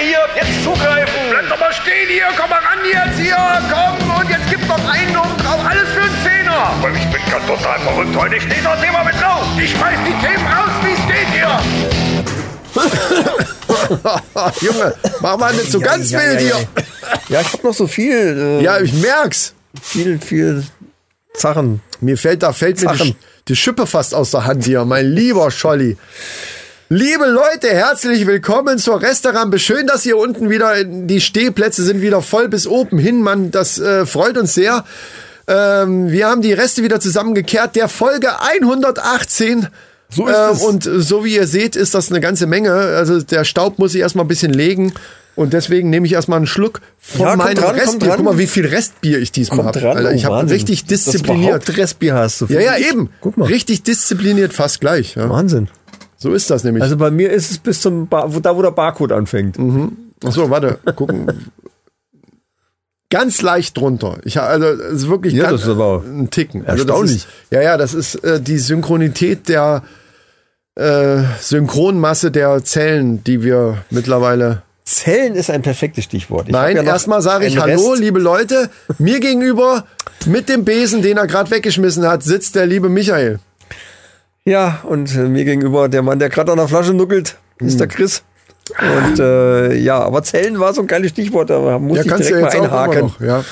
hier, jetzt zugreifen. Bleib doch mal stehen hier, komm mal ran jetzt hier, komm und jetzt gib noch einen und auch alles für einen Zehner. Aber Oh, ich bin ganz total verrückt heute, ich stehe das Thema mit drauf. Ich schmeiß die Themen raus, wie es geht hier. Junge, mach mal nicht so ganz ja, wild ja, hier. Ja, ich hab noch so viel. Äh, Ja, ich merk's. viel, viel Sachen. Mir fällt da fällt mir die, Sachen. Sch- die Schippe fast aus der Hand hier, mein lieber Scholli. Liebe Leute, herzlich willkommen zur Restaurantbe. Schön, dass ihr unten wieder die Stehplätze sind wieder voll bis oben hin, Mann. Das äh, freut uns sehr. Ähm, wir haben die Reste wieder zusammengekehrt der Folge 118. So ist es. Und so wie ihr seht, ist das eine ganze Menge. Also der Staub muss sich erstmal ein bisschen legen. Und deswegen nehme ich erstmal einen Schluck von Ja, kommt meinem dran, kommt Restbier. dran. Guck mal, wie viel Restbier ich diesmal Kommt habe. dran, Alter, ich oh, habe Wahnsinn. richtig Dass du diszipliniert. überhaupt Restbier hast. So Ja, viel. ja, eben. Guck mal. Richtig diszipliniert, fast gleich. Ja. Wahnsinn. So ist das nämlich. Also bei mir ist es bis zum, Bar, wo, da wo der Barcode anfängt. Mhm. Achso, warte, gucken. Ganz leicht drunter. Ich, ha- also, es ist wirklich Ja, ganz, das ist aber ein Ticken. Also, erstaunlich. Das ist, ja, ja, das ist äh, die Synchronität der äh, Synchronmasse der Zellen, die wir mittlerweile. Zellen ist ein perfektes Stichwort. Ich Nein, hab ja noch erstmal sage ich einen Hallo, Rest. liebe Leute. Mir gegenüber mit dem Besen, den er gerade weggeschmissen hat, sitzt der liebe Michael. Ja, und äh, mir gegenüber der Mann, der gerade an der Flasche nuckelt, Mhm. ist der Chris. Und äh, ja, aber Zellen war so ein geiles Stichwort, da muss ich direkt mal einhaken noch, ja.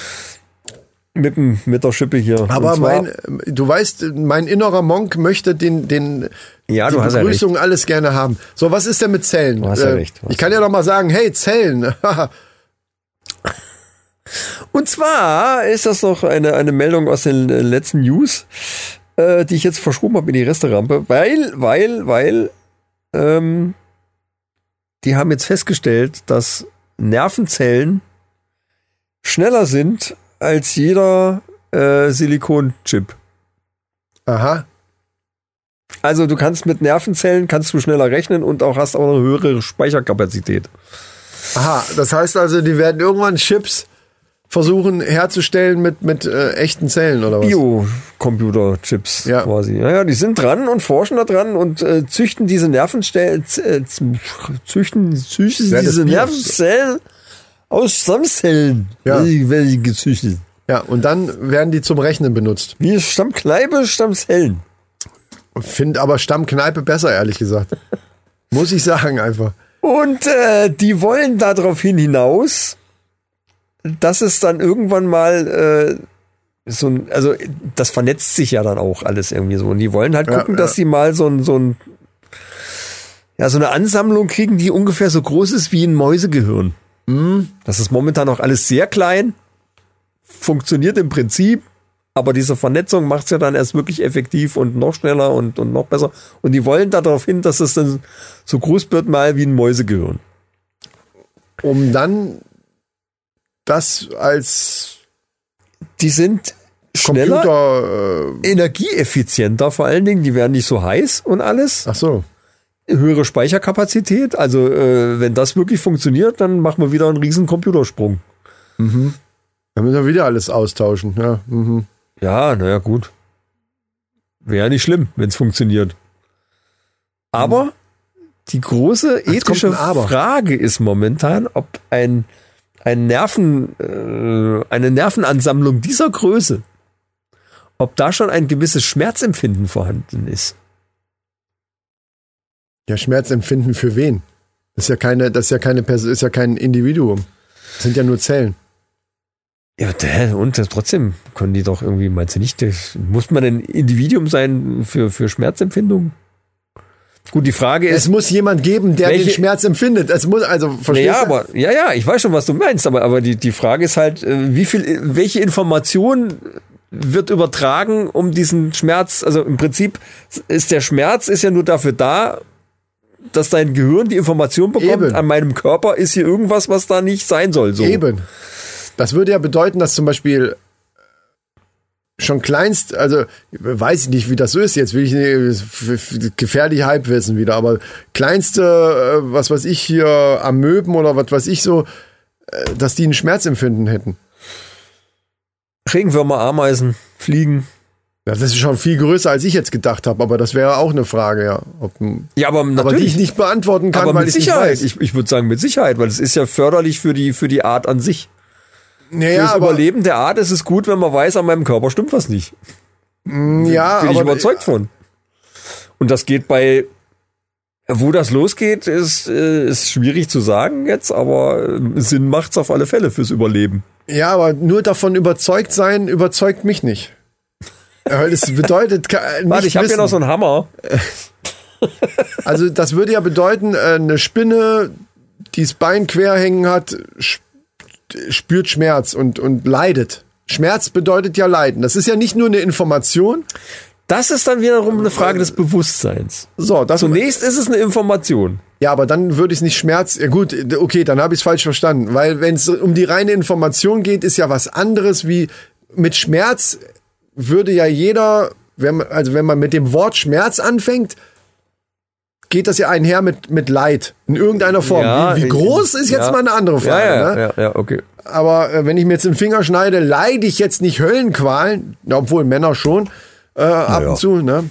mit, dem- mit der Schippe hier. Aber Und zwar- mein, äh, du weißt, mein innerer Monk möchte den, den, Ja, die du hast ja Begrüßung alles gerne haben. So, was ist denn mit Zellen? Äh, Du hast ja recht, du hast ich kann ja doch mal sagen, hey, Zellen. Und zwar ist das noch eine, eine Meldung aus den äh, letzten News, äh, die ich jetzt verschoben habe in die Resterampe, weil, weil, weil, ähm, die haben jetzt festgestellt, dass Nervenzellen schneller sind als jeder äh, Silikonchip. Aha. Also du kannst mit Nervenzellen kannst du schneller rechnen und auch hast auch eine höhere Speicherkapazität. Aha. Das heißt also, die werden irgendwann Chips versuchen herzustellen mit, mit äh, echten Zellen oder was? Bio-Computer-Chips Ja. quasi. Naja, die sind dran und forschen da dran und äh, züchten diese Nervenzellen, äh, z- züchten, züchten Ja, das diese Bio. Nervenzellen aus Stammzellen. Ja. Werden die- werden die gezüchtet. Ja, und dann werden die zum Rechnen benutzt. Wie Stammkneipe, Stammzellen. Finde aber Stammkneipe besser, ehrlich gesagt. Muss ich sagen einfach. Und äh, die wollen daraufhin hinaus, dass es dann irgendwann mal äh, so ein, also das vernetzt sich ja dann auch alles irgendwie so. Und die wollen halt Ja, gucken, ja. dass die mal so ein, so ein, ja, so eine Ansammlung kriegen, die ungefähr so groß ist wie ein Mäusegehirn. Mhm. Das ist momentan noch alles sehr klein, funktioniert im Prinzip, aber diese Vernetzung macht es ja dann erst wirklich effektiv und noch schneller und, und noch besser. Und die wollen darauf hin, dass es dann so groß wird, mal wie ein Mäusegehirn. Um dann das als Die sind schneller, Computer. Äh, energieeffizienter vor allen Dingen, die werden nicht so heiß und alles. ach so. Höhere Speicherkapazität, also äh, wenn das wirklich funktioniert, dann machen wir wieder einen riesen Computersprung. Dann müssen wir wieder alles austauschen. Ja, mhm. Ja, naja, gut. Wäre nicht schlimm, wenn es funktioniert. Aber die große Jetzt kommt ethische ein Aber. Frage ist momentan, ob ein, ein Nerven, äh, eine Nervenansammlung dieser Größe, ob da schon ein gewisses Schmerzempfinden vorhanden ist. ja Schmerzempfinden für wen? Das ist ja keine, das ist ja keine Person, ist ja kein Individuum. Das sind ja nur Zellen. Ja, und, hä, und das- trotzdem können die doch irgendwie, meinst du nicht, das, muss man ein Individuum sein für, für Schmerzempfindung? Gut, die Frage ist, Es muss jemand geben, der den Welche- Schmerz empfindet. Es muss also verstehst naja, du? aber, ja, ja, ich weiß schon, was du meinst, aber, aber die, die Frage ist halt, äh, wie viel, welche Information wird übertragen, um diesen Schmerz, also im Prinzip ist der Schmerz ist ja nur dafür da, dass dein Gehirn die Information bekommt, Eben. an meinem Körper ist hier irgendwas, was da nicht sein soll, so. Eben. Das würde ja bedeuten, dass zum Beispiel schon kleinst, also weiß ich nicht, wie das so ist. Jetzt will ich nicht, gefährlich Halbwissen wieder, aber kleinste, äh, was weiß ich hier, Amöben oder was weiß ich so, äh, dass die einen Schmerzempfinden hätten. Regenwürmer, Ameisen, Fliegen, Das ist schon viel größer, als ich jetzt gedacht habe, aber das wäre auch eine Frage, ja. Ob, Ja, aber aber die ich natürlich. nicht beantworten kann, weil mit ich Sicherheit. nicht weiß. Ich, ich würde sagen, mit Sicherheit, weil es ist ja förderlich für die, für die Art an sich. Naja, Fürs aber, Überleben der Art ist es gut, wenn man weiß, an meinem Körper stimmt was nicht. ja, Bin aber äh, ich überzeugt von. Und das geht bei. Wo das losgeht, ist, äh, ist schwierig zu sagen jetzt, aber ähm, Sinn macht's auf alle Fälle fürs Überleben. Ja, aber nur davon überzeugt sein, überzeugt mich nicht. Weil das bedeutet ka- nicht Warte, ich habe hier wissen. noch so einen Hammer. Also das würde ja bedeuten, äh, eine Spinne, die das Bein quer hängen hat, sp- spürt Schmerz und, und leidet. Schmerz bedeutet ja leiden. Das ist ja nicht nur eine Information. Das ist dann wiederum eine Äh, Frage des Bewusstseins. So, das Zunächst ist es eine Information. Ja, aber dann würde ich es nicht Schmerz. Ja gut, okay, dann habe ich es falsch verstanden, weil wenn es um die reine Information geht, ist ja was anderes wie mit Schmerz würde ja jeder, wenn man, also wenn man mit dem Wort Schmerz anfängt, geht das ja einher mit mit Leid in irgendeiner Form. wie, wie groß ist jetzt ja. mal eine andere Frage. Ja, ja, ne? ja, ja okay. Aber äh, wenn ich mir jetzt den Finger schneide, leide ich jetzt nicht Höllenqualen, na, obwohl Männer schon äh, ab Naja. und zu. Ne?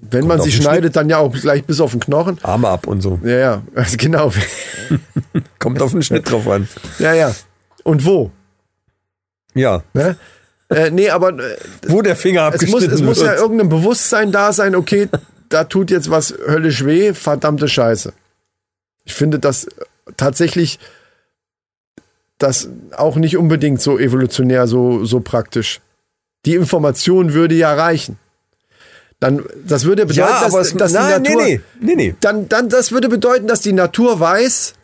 Wenn man auf sich den Schnitt. schneidet, dann ja auch gleich bis auf den Knochen. Arme ab und so. Ja, ja, also genau. Kommt auf den Schnitt drauf an. Ja, ja. Und wo? Ja. Ne? Äh, nee, aber äh, Wo der Finger es, muss, abgeschnitten es muss ja wird. irgendein Bewusstsein da sein, okay, da tut jetzt was höllisch weh, verdammte Scheiße. Ich finde das tatsächlich das auch nicht unbedingt so evolutionär, so, so praktisch. Die Information würde ja reichen. Dann, das würde bedeuten, ja, aber dass, es, dass nein, die Natur, nee, nee, nee, nee. dann, dann, das würde bedeuten, dass die Natur weiß,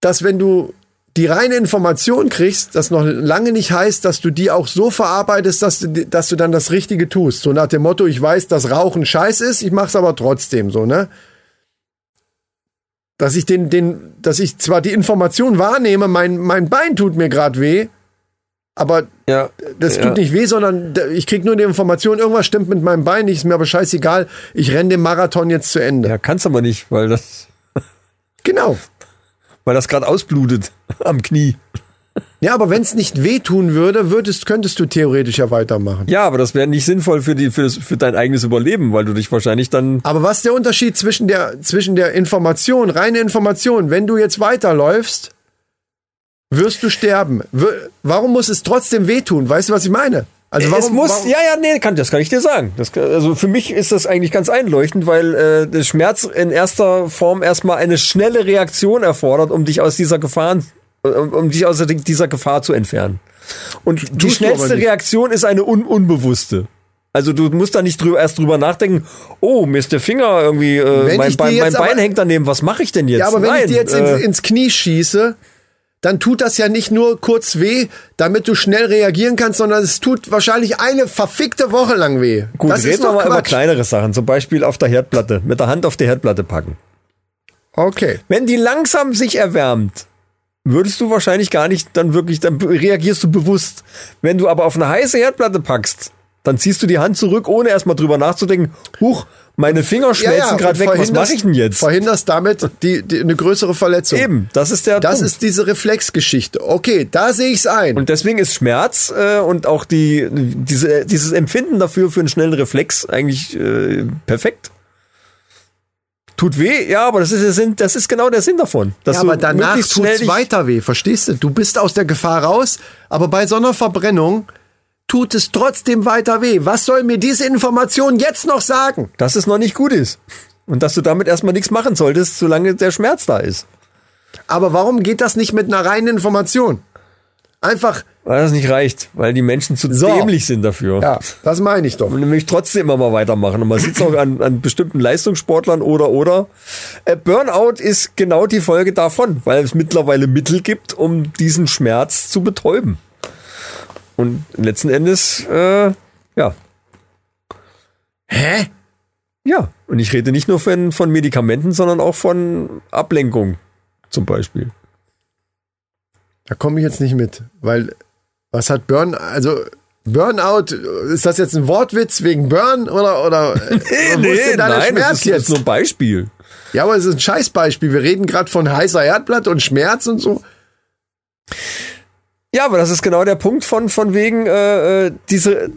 dass wenn du die reine Information kriegst, das noch lange nicht heißt, dass du die auch so verarbeitest, dass du, dass du dann das Richtige tust. So nach dem Motto, ich weiß, dass Rauchen scheiß ist, ich mach's aber trotzdem so, ne? Dass ich den, den, dass ich zwar die Information wahrnehme, mein, mein Bein tut mir gerade weh, aber Ja, das ja. tut nicht weh, sondern d- ich krieg nur die Information, irgendwas stimmt mit meinem Bein nicht, ist mir aber scheißegal, ich renne den Marathon jetzt zu Ende. Ja, kannst aber nicht, weil das, Genau. weil das gerade ausblutet am Knie. Ja, aber wenn es nicht wehtun würde, würdest, könntest du theoretisch ja weitermachen. Ja, aber das wäre nicht sinnvoll für, die, für, das, für dein eigenes Überleben, weil du dich wahrscheinlich dann. Aber was ist der Unterschied zwischen der, zwischen der Information, reine Information? Wenn du jetzt weiterläufst, wirst du sterben. Wir- Warum muss es trotzdem wehtun? Weißt du, was ich meine? Also warum, es muss, warum, ja, ja, nee, kann, das kann ich dir sagen. Das, kann- also für mich ist das eigentlich ganz einleuchtend, weil äh, der Schmerz in erster Form erstmal eine schnelle Reaktion erfordert, um dich aus dieser Gefahr, um, um dich aus dieser Gefahr zu entfernen. Und die du aber schnellste nicht. Reaktion ist eine un unbewusste. Also du musst da nicht drüber, erst drüber nachdenken, oh, mir ist der Finger irgendwie, äh, Wenn mein, ich dir Bein, mein jetzt aber- Bein hängt daneben, was mache ich denn jetzt? Ja, aber wenn Nein, ich dir jetzt äh, ins, ins Knie schieße, dann tut das ja nicht nur kurz weh, damit du schnell reagieren kannst, sondern es tut wahrscheinlich eine verfickte Woche lang weh. Gut, das reden wir mal über Quatsch. kleinere Sachen, zum Beispiel auf der Herdplatte, mit der Hand auf die Herdplatte packen. Okay. Wenn die langsam sich erwärmt, würdest du wahrscheinlich gar nicht dann wirklich, dann reagierst du bewusst. Wenn du aber auf eine heiße Herdplatte packst, dann ziehst du die Hand zurück, ohne erstmal drüber nachzudenken, huch, meine Finger schmelzen und gerade weg, was verhinderst- mache ich denn jetzt? Verhinderst damit die, die, eine größere Verletzung. Eben, das ist der Das Punkt. ist diese Reflexgeschichte. Okay, da sehe ich es ein. und deswegen ist Schmerz äh, und auch die, diese, dieses Empfinden dafür für einen schnellen Reflex eigentlich äh, perfekt. Tut weh, ja, aber das ist, der Sinn, das ist genau der Sinn davon. Dass ja, du aber danach möglichst tut es dich- weiter weh, verstehst du? Du bist aus der Gefahr raus, aber bei so einer Verbrennung tut es trotzdem weiter weh. Was soll mir diese Information jetzt noch sagen? dass es noch nicht gut ist. Und dass du damit erstmal nichts machen solltest, solange der Schmerz da ist. Aber warum geht das nicht mit einer reinen Information? Einfach, Weil das nicht reicht, weil die Menschen zu So. dämlich sind dafür. ja, das meine ich doch. Und nämlich trotzdem immer mal weitermachen. Und man sieht es auch an, an bestimmten Leistungssportlern oder oder. Äh, Burnout ist genau die Folge davon, weil es mittlerweile Mittel gibt, um diesen Schmerz zu betäuben. Und letzten Endes, äh, ja, Hä? ja. Und ich rede nicht nur von, von Medikamenten, sondern auch von Ablenkung zum Beispiel. Da komme ich jetzt nicht mit, weil was hat Burn, also Burnout, ist das jetzt ein Wortwitz wegen Burn oder, oder Äh, nee, wo ist denn da der das Schmerz ist, das ist jetzt? nur ein Beispiel. Ja, aber es ist ein Scheißbeispiel. Wir reden gerade von heißer Erdblatt und Schmerz und so. Ja, aber das ist genau der Punkt von, von wegen äh, äh, diese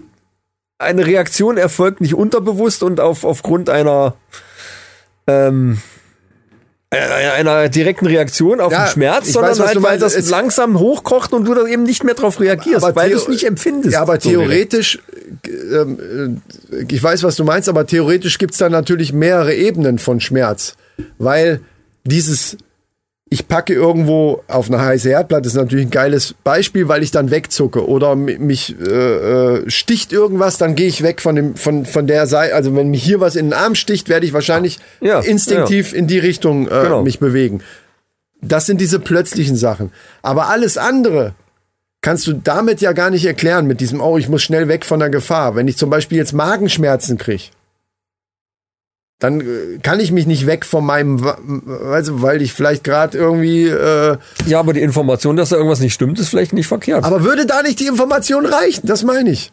eine Reaktion erfolgt nicht unterbewusst und auf, aufgrund einer, ähm, äh, einer, einer direkten Reaktion auf Ja, den Schmerz, ich sondern weiß, was halt, du weil meinst. das Es- langsam hochkocht und du dann eben nicht mehr drauf reagierst, Aber weil du theo- es nicht empfindest. Ja, aber So direkt. theoretisch, ähm, äh, ich weiß, was du meinst, aber theoretisch gibt's da natürlich mehrere Ebenen von Schmerz. Weil dieses, ich packe irgendwo auf eine heiße Herdplatte, ist natürlich ein geiles Beispiel, weil ich dann wegzucke oder mi- mich äh, äh, sticht irgendwas, dann gehe ich weg von, dem, von, von der Seite. Also wenn mich hier was in den Arm sticht, werde ich wahrscheinlich Ja, instinktiv in die Richtung äh, Genau. mich bewegen. Das sind diese plötzlichen Sachen. Aber alles andere, kannst du damit ja gar nicht erklären, mit diesem, oh, ich muss schnell weg von der Gefahr. Wenn ich zum Beispiel jetzt Magenschmerzen kriege, dann äh, kann ich mich nicht weg von meinem, Wa- m- also, weil ich vielleicht gerade irgendwie, äh, ja, aber die Information, dass da irgendwas nicht stimmt, ist vielleicht nicht verkehrt. aber würde da nicht die Information reichen? Das meine ich.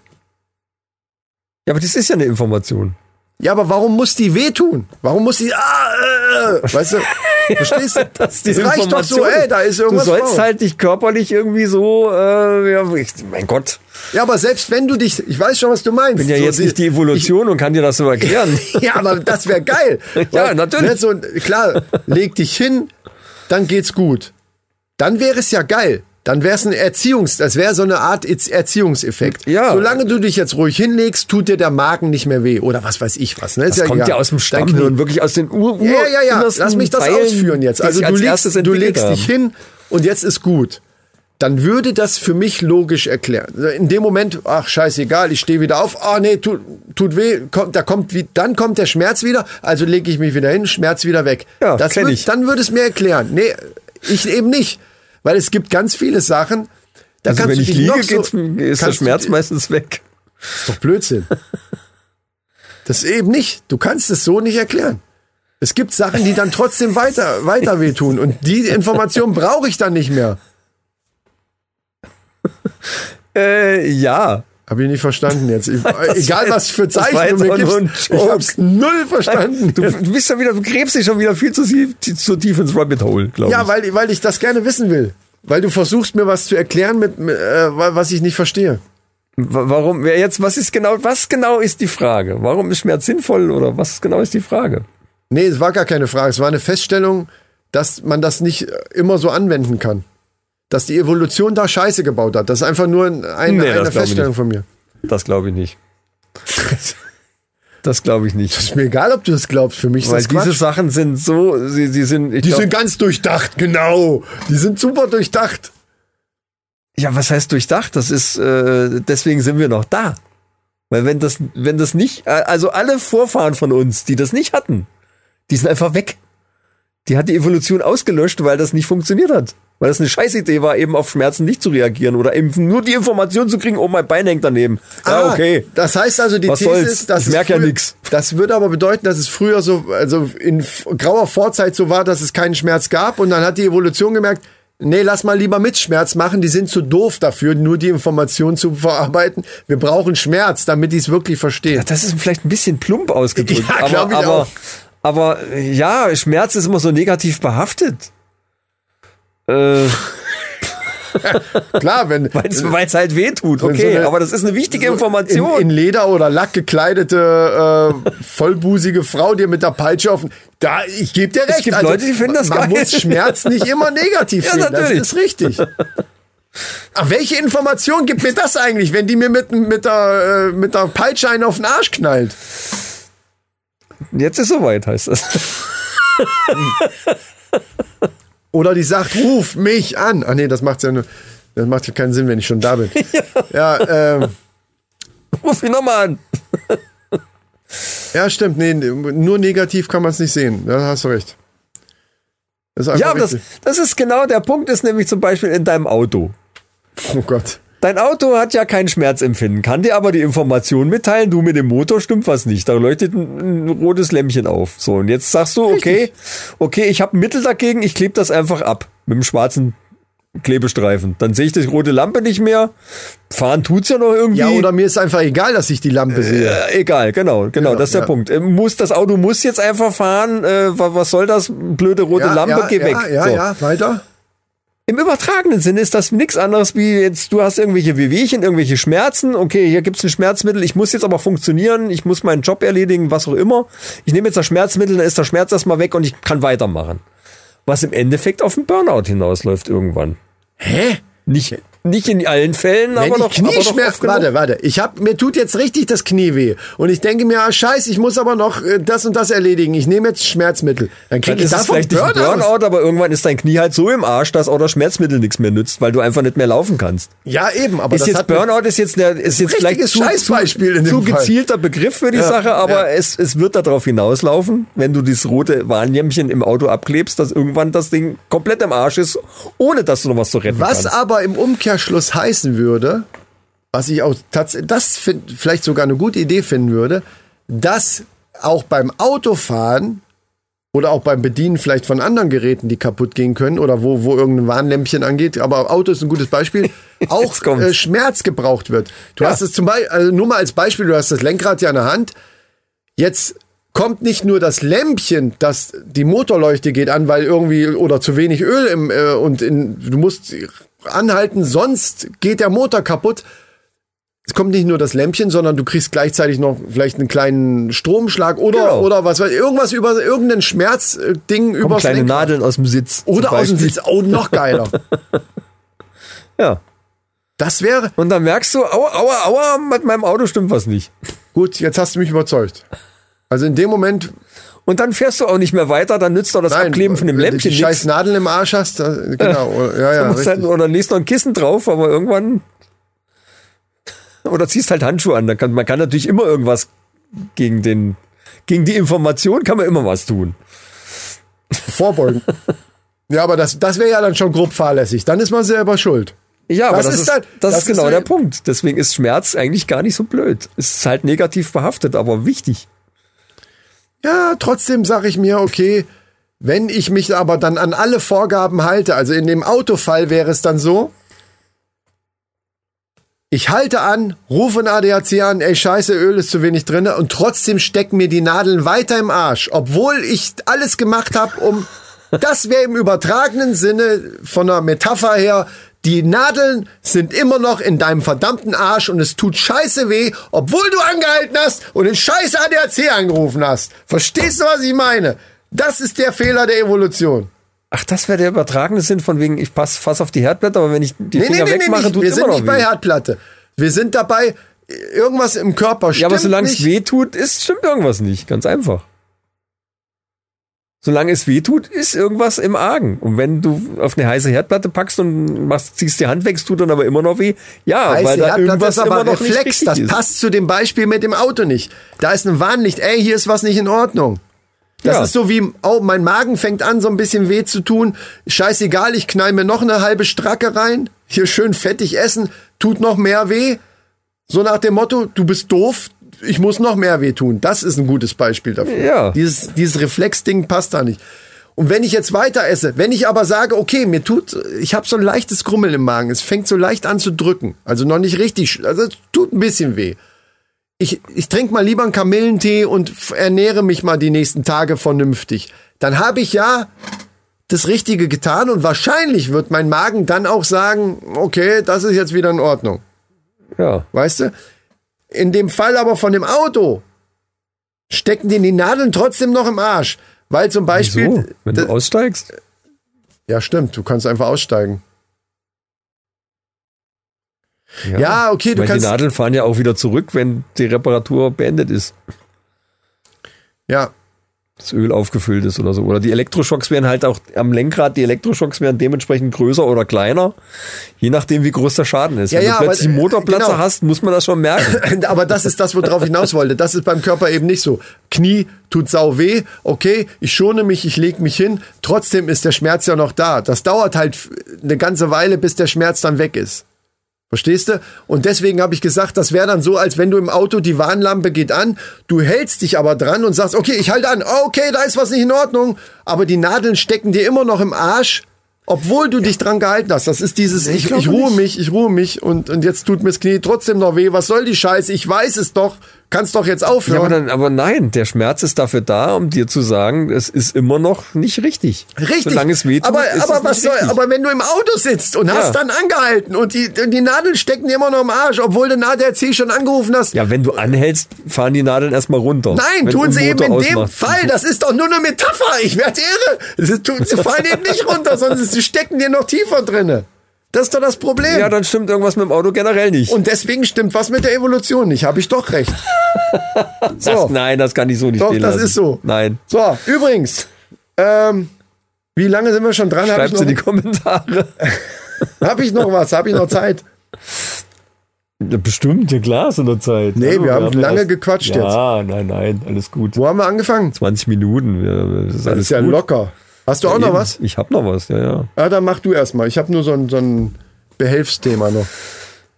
ja, aber das ist ja eine Information. Ja, aber warum muss die wehtun? Warum muss die, ah, äh, weißt du, verstehst du? Das, die Das reicht doch so, Information. ey, da ist irgendwas Du sollst faul. halt dich körperlich irgendwie so, äh, ja, ich, mein Gott, Ja, aber selbst wenn du dich, ich weiß schon, was du meinst. bin ja So, jetzt sie- nicht die Evolution und kann dir das so erklären. Ja, aber das wäre geil. Ja, Weil, natürlich. ne, so, klar, leg dich hin, dann geht's gut. Dann wäre es ja geil. Dann wäre es ein Erziehungs, das wäre so eine Art Erz- Erziehungseffekt. Ja. Solange du dich jetzt ruhig hinlegst, tut dir der Magen nicht mehr weh oder was weiß ich was. Ne? Ist Das kommt ja egal. aus dem Dein Knie- Stammhirn, wirklich aus den Ur, Ur Ja, ja, ja. innersten Lass mich das Teilen, ausführen jetzt. die Also sich du als legst, erstes du entwickelt legst dich haben. hin und jetzt ist gut. Dann würde das für mich logisch erklären. In dem Moment, ach scheißegal, ich stehe wieder auf. Ah nee, tut, tut weh. Kommt, da kommt wie, dann kommt der Schmerz wieder. Also lege ich mich wieder hin, Schmerz wieder weg. Ja, das kenn würd- ich. Dann würde es mir erklären. Nee, ich eben nicht, weil es gibt ganz viele Sachen. Da Also kannst wenn du ich dich liege, noch so, geht's, ist der kannst du- Schmerz meistens weg. ist doch Blödsinn. Das ist eben nicht. Du kannst es so nicht erklären. Es gibt Sachen, die dann trotzdem weiter, weiter wehtun. Und die Information brauche ich dann nicht mehr. Äh, ja. Habe ich nicht verstanden jetzt. Ich, egal was für das war Zeichen du jetzt mir auch nur gibst, ein ich Joke. hab's null verstanden. Du, du bist ja wieder, du gräbst dich schon wieder viel zu tief, zu tief ins Rabbit Hole, glaube ja, ich. weil, weil ich das gerne wissen will. Weil du versuchst mir was zu erklären, mit, mit, äh, was ich nicht verstehe. Wa- Warum, wer jetzt, was ist genau, was genau ist die Frage? Warum ist Schmerz sinnvoll oder was genau ist die Frage? Nee, es war gar keine Frage. Es war eine Feststellung, dass man das nicht äh, immer so anwenden kann. Dass die Evolution da Scheiße gebaut hat. Das ist einfach nur ein, eine- Nee, das glaub eine ich nicht. Feststellung von mir. Das glaube ich nicht. Das glaube ich nicht. Ist mir egal, ob du das glaubst. Für mich ist Weil das Quatsch. diese Sachen sind so, sie, sie sind, ich die glaub, sind ganz durchdacht, genau. Die sind super durchdacht. ja, was heißt durchdacht? Das ist, äh, deswegen sind wir noch da. Weil wenn das, wenn das nicht, äh, also alle Vorfahren von uns, die das nicht hatten, die sind einfach weg. Die hat die Evolution ausgelöscht, weil das nicht funktioniert hat. Weil das eine Scheißidee war, eben auf Schmerzen nicht zu reagieren oder eben nur die Information zu kriegen, oh, mein Bein hängt daneben. Ja, Ah, okay. Das heißt also, die Was These soll's? ist, dass Ich es merk ja früher- nix. Das würde aber bedeuten, dass es früher so, also in f- grauer Vorzeit so war, dass es keinen Schmerz gab und dann hat die Evolution gemerkt, nee, lass mal lieber mit Schmerz machen, die sind zu doof dafür, nur die Information zu verarbeiten. Wir brauchen Schmerz, damit die es wirklich verstehen. Ja, das ist vielleicht ein bisschen plump ausgedrückt. Ja, glaub aber, ich aber, auch. aber äh, ja, Schmerz ist immer so negativ behaftet. Äh, Klar, wenn Weil es halt weh tut, Wenn Äh, so okay. eine- aber das ist eine wichtige so Information. In, in Leder oder Lack gekleidete, äh, vollbusige Frau dir mit der Peitsche auf. den- Da, ich gebe dir recht. also gibt Leute, die finden das man geil. Man muss Schmerz nicht immer negativ Ja, sehen. natürlich. Das ist richtig. Aber welche Information gibt mir das eigentlich, wenn die mir mit, mit, der, äh, mit der Peitsche einen auf den Arsch knallt? Jetzt ist soweit, heißt das. Oder die sagt, ruf mich an. Ah nee, das macht ja nur, das macht ja keinen Sinn, wenn ich schon da bin. ja, ähm, Ruf ihn nochmal an. ja, stimmt. Nee, nur negativ kann man es nicht sehen. Da hast du recht. Das ist einfach Ja, aber das, richtig. das ist genau der Punkt, ist nämlich zum Beispiel in deinem Auto. Oh Gott. Dein Auto hat ja kein Schmerzempfinden, kann dir aber die Information mitteilen, du mit dem Motor stimmt was nicht. Da leuchtet ein, ein rotes Lämpchen auf. So, und jetzt sagst du, okay, okay, ich habe Mittel dagegen, ich klebe das einfach ab mit dem schwarzen Klebestreifen. Dann sehe ich die rote Lampe nicht mehr. Fahren tut's ja noch irgendwie. Ja, oder mir ist einfach egal, dass ich die Lampe sehe. Äh, egal, genau, genau, Ja, das ist der ja. Punkt. Äh, Muss, das Auto muss jetzt einfach fahren, äh, wa- was soll das? Blöde rote Ja, Lampe, ja, geh ja, weg. Ja, so. ja, weiter. Im übertragenen Sinne ist das nichts anderes wie jetzt, du hast irgendwelche Wehwehchen, irgendwelche Schmerzen. Okay, hier gibt's ein Schmerzmittel, ich muss jetzt aber funktionieren, ich muss meinen Job erledigen, was auch immer. Ich nehme jetzt das Schmerzmittel, dann ist der Schmerz erstmal weg und ich kann weitermachen. Was im Endeffekt auf einen Burnout hinausläuft irgendwann. Hä? Nicht, nicht in allen Fällen, Wenn aber ich doch, aber doch oft Knieschmerzen, genug. warte, warte, ich hab, mir tut jetzt richtig das Knie weh und ich denke mir, ah, scheiße, ich muss aber noch äh, das und das erledigen. Ich nehme jetzt Schmerzmittel. Dann Dann kriege ich ist es davon vielleicht nicht ein Burnout, aber irgendwann ist dein Knie halt so im Arsch, dass auch das Schmerzmittel nichts mehr nützt, weil du einfach nicht mehr laufen kannst. Ja, eben, aber ist das jetzt hat mir- Burnout ist jetzt der, ist jetzt vielleicht richtiges zu, Scheißbeispiel in dem zu Fall. gezielter Begriff für die Ja, Sache, ja. aber es, es wird darauf hinauslaufen, wenn du dieses rote Warnlämpchen im Auto abklebst, dass irgendwann das Ding komplett im Arsch ist, ohne dass du noch was zu retten Was kannst. aber im Umkehrschluss heißen würde, was ich auch tatsächlich, das find, vielleicht sogar eine gute Idee finden würde, dass auch beim Autofahren oder auch beim Bedienen vielleicht von anderen Geräten, die kaputt gehen können oder wo, wo irgendein Warnlämpchen angeht, aber Auto ist ein gutes Beispiel, auch Jetzt kommt's. äh, Schmerz gebraucht wird. Du Ja. hast es zum Beispiel, also nur mal als Beispiel, du hast das Lenkrad ja in der Hand, jetzt kommt nicht nur das Lämpchen, dass die Motorleuchte geht an, weil irgendwie oder zu wenig Öl im äh, und in, du musst anhalten, sonst geht der Motor kaputt. Es kommt nicht nur das Lämpchen, sondern du kriegst gleichzeitig noch vielleicht einen kleinen Stromschlag oder Genau. oder was weiß ich, irgendwas über irgendein Schmerzding über Um Kleine Nadeln aus dem Sitz. zum oder aus dem Beispiel. Sitz. Oh, noch geiler. Ja. Das wäre Und dann merkst du, aua, aua, aua, mit meinem Auto stimmt was nicht. gut. Jetzt hast du mich überzeugt. Also in dem Moment, Und dann fährst du auch nicht mehr weiter, dann nützt doch das Abkleben von dem wenn du Lämpchen Die nichts. scheiß Nadeln im Arsch hast. da- Genau. Ja, ja. Du musst halt, richtig. oder legst noch ein Kissen drauf, aber irgendwann. Oder ziehst halt Handschuhe an. Dann kann, man kann natürlich immer irgendwas gegen den. Gegen die Information kann man immer was tun. Vorbeugen. ja, aber das, das wäre ja dann schon grob fahrlässig. Dann ist man selber schuld. Ja, aber Das das, ist ist, halt- das, das ist genau ist- der Punkt. Deswegen ist Schmerz eigentlich gar nicht so blöd. Es ist halt negativ behaftet, aber wichtig. Ja, trotzdem sage ich mir, okay, wenn ich mich aber dann an alle Vorgaben halte, also in dem Autofall wäre es dann so, ich halte an, rufe einen ADAC an, ey scheiße, Öl ist zu wenig drinne und trotzdem stecken mir die Nadeln weiter im Arsch, obwohl ich alles gemacht habe, um, das wäre im übertragenen Sinne von der Metapher her, die Nadeln sind immer noch in deinem verdammten Arsch und es tut scheiße weh, obwohl du angehalten hast und den scheiß ADAC angerufen hast. Verstehst du, was ich meine? Das ist der Fehler der Evolution. Ach, das wäre der übertragene Sinn von wegen, ich pass, fass auf die Herdplatte, aber wenn ich die Nee, nee, Finger nee, nee, wegmache, nicht. tut wir es sind immer nicht noch bei weh. Herdplatte. Wir sind dabei, irgendwas im Körper stimmt Ja, aber solange nicht. es weh tut, ist, stimmt irgendwas nicht. Ganz einfach. Solange es weh tut, ist irgendwas im Argen. Und wenn du auf eine heiße Herdplatte packst und machst, ziehst die Hand weg, es tut dann aber immer noch weh. Ja, Heiße weil da Herdplatte irgendwas ist aber immer noch nicht Reflex, richtig das ist. passt zu dem Beispiel mit dem Auto nicht. Da ist ein Warnlicht, ey, hier ist was nicht in Ordnung. Das Ja. ist so wie, oh, mein Magen fängt an, so ein bisschen weh zu tun. Scheißegal, ich knall mir noch eine halbe Stracke rein. Hier schön fettig essen, tut noch mehr weh. So nach dem Motto, du bist doof, ich muss noch mehr weh tun. Das ist ein gutes Beispiel dafür. Ja. Dieses, dieses Reflexding passt da nicht. Und wenn ich jetzt weiter esse, wenn ich aber sage, okay, mir tut, ich habe so ein leichtes Grummeln im Magen, es fängt so leicht an zu drücken, also noch nicht richtig, also es tut ein bisschen weh. Ich, ich trinke mal lieber einen Kamillentee und f- ernähre mich mal die nächsten Tage vernünftig. Dann habe ich ja das Richtige getan und wahrscheinlich wird mein Magen dann auch sagen, okay, das ist jetzt wieder in Ordnung. Ja. Weißt du? In dem Fall aber von dem Auto stecken denen die Nadeln trotzdem noch im Arsch. Weil zum Beispiel. So, wenn d- du aussteigst. ja, stimmt, du kannst einfach aussteigen. Ja, okay, du Weil kannst. Die Nadeln fahren ja auch wieder zurück, wenn die Reparatur beendet ist. Ja, das Öl aufgefüllt ist oder so. Oder die Elektroschocks wären halt auch am Lenkrad, die Elektroschocks wären dementsprechend größer oder kleiner, je nachdem, wie groß der Schaden ist. Ja, Wenn ja, du plötzlich aber, einen äh, Motorplatzer genau. hast, muss man das schon merken. aber das ist das, worauf ich hinaus wollte. Das ist beim Körper eben nicht so. Knie tut sau weh, okay, ich schone mich, ich leg mich hin, trotzdem ist der Schmerz ja noch da. Das dauert halt f- eine ganze Weile, bis der Schmerz dann weg ist. Verstehst du? Und deswegen habe ich gesagt, das wäre dann so, als wenn du im Auto die Warnlampe geht an, du hältst dich aber dran und sagst, okay, ich halte an, Oh, okay, da ist was nicht in Ordnung, aber die Nadeln stecken dir immer noch im Arsch, obwohl du dich dran gehalten hast. Das ist dieses, ich, ich ruhe mich, ich ruhe mich und, und jetzt tut mir's Knie trotzdem noch weh, was soll die Scheiße, ich weiß es doch, kannst doch jetzt Ja, aber, aufhören. dann, aber nein, der Schmerz ist dafür da, um dir zu sagen, es ist immer noch nicht richtig. Richtig. Solange es wehtut, aber, ist aber, es was nicht soll, richtig. aber wenn du im Auto sitzt und hast dann angehalten und die, die Nadeln stecken dir immer noch im Arsch, obwohl du nach der C schon angerufen hast. ja, wenn du anhältst, fahren die Nadeln erstmal runter. Nein, Wenn tun du sie eben Motor in dem ausmachst. Fall. Das ist doch nur eine Metapher. Ich werde irre. Sie, tun, sie fallen eben nicht runter, sondern sie stecken dir noch tiefer drinne. Das ist doch das Problem. Ja, dann stimmt irgendwas mit dem Auto generell nicht. und deswegen stimmt was mit der Evolution nicht. Habe ich doch recht. das, so. nein, das kann ich so nicht Doch, stehen das lassen. ist so. Nein. So, übrigens, ähm, wie lange sind wir schon dran? Habe ich, Schreibt's noch- in die Kommentare. hab ich noch was? Habe ich noch Zeit? bestimmt, ja klar, ist in der Zeit. Nee, wir haben lange gequatscht Ja, nein, nein, alles gut. Wo haben wir angefangen? 20 Minuten, ja, das ist Das alles ist ja gut. locker. Hast du auch noch Eben. was? Ich hab noch was, ja, ja. Ja, dann mach du erstmal. Ich habe nur so ein, so ein Behelfsthema noch.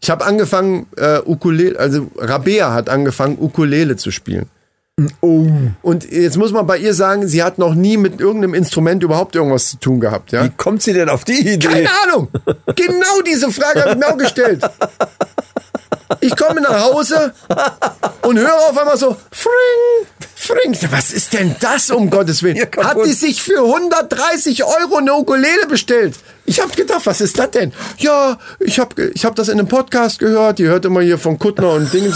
Ich habe angefangen, äh, Ukulele, also Rabea hat angefangen, Ukulele zu spielen. Oh. Und jetzt muss man bei ihr sagen, sie hat noch nie mit irgendeinem Instrument überhaupt irgendwas zu tun gehabt, ja? Wie kommt sie denn auf die Idee? Keine Ahnung. Genau diese Frage habe ich mir auch gestellt. Ich komme nach Hause und höre auf einmal so, fring, fring. Ich dachte, Was ist denn das, um Gottes Willen? Hier Hat kaputt. die sich für 130 Euro eine Ukulele bestellt? Ich habe gedacht, was ist das denn? Ja, ich habe ich hab das in einem Podcast gehört. Die hört immer hier von Kuttner und Dingen.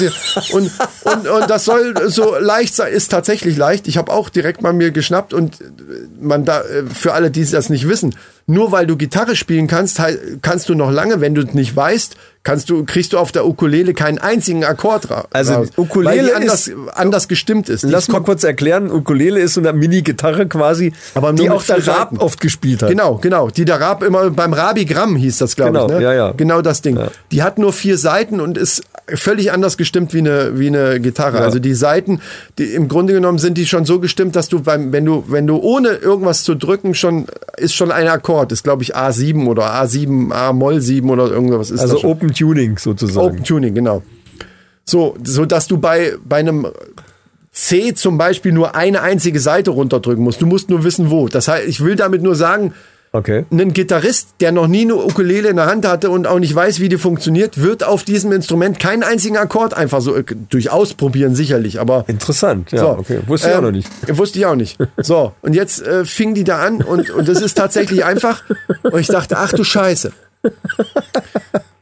Und, und, und das soll so leicht sein. Ist tatsächlich leicht. Ich habe auch direkt mal mir geschnappt. Und man da, äh, für alle, die das nicht wissen, nur weil du Gitarre spielen kannst, hei- kannst du noch lange, wenn du es nicht weißt, kannst du, kriegst du auf der Ukulele keinen einzigen Akkord ra Also, raus. Ukulele weil die ist- anders, anders gestimmt ist. Die Lass ist mal kurz erklären, Ukulele ist so eine Mini-Gitarre quasi, Aber nur die mit auch der vier Raab Seiten. oft gespielt hat. Genau, genau. Die der Rab immer beim Rabi Gramm hieß das, glaube Genau, ich. Ne? ja, ja. Genau das Ding. Die hat nur vier Seiten und ist völlig anders gestimmt wie eine, wie eine Gitarre. Also die Seiten, die im Grunde genommen sind die schon so gestimmt, dass du beim, wenn du, wenn du ohne irgendwas zu drücken, schon, ist schon ein Akkord. Ist, glaube ich, A7 oder A7, A Moll 7 oder irgendwas ist das Also schon. Open Tuning sozusagen. Open Tuning, genau. So, so dass du bei, bei einem C zum Beispiel nur eine einzige Seite runterdrücken musst. Du musst nur wissen, wo. Das heißt, ich will damit nur sagen, Okay. ein Gitarrist, der noch nie eine Ukulele in der Hand hatte und auch nicht weiß, wie die funktioniert, wird auf diesem Instrument keinen einzigen Akkord einfach so äh, durchaus probieren, sicherlich, aber. Interessant, ja, So, okay. Wusste ich ähm, auch noch nicht. Wusste ich auch nicht. So, und jetzt äh, fing die da an und, und das ist tatsächlich einfach. Und ich dachte, ach du Scheiße.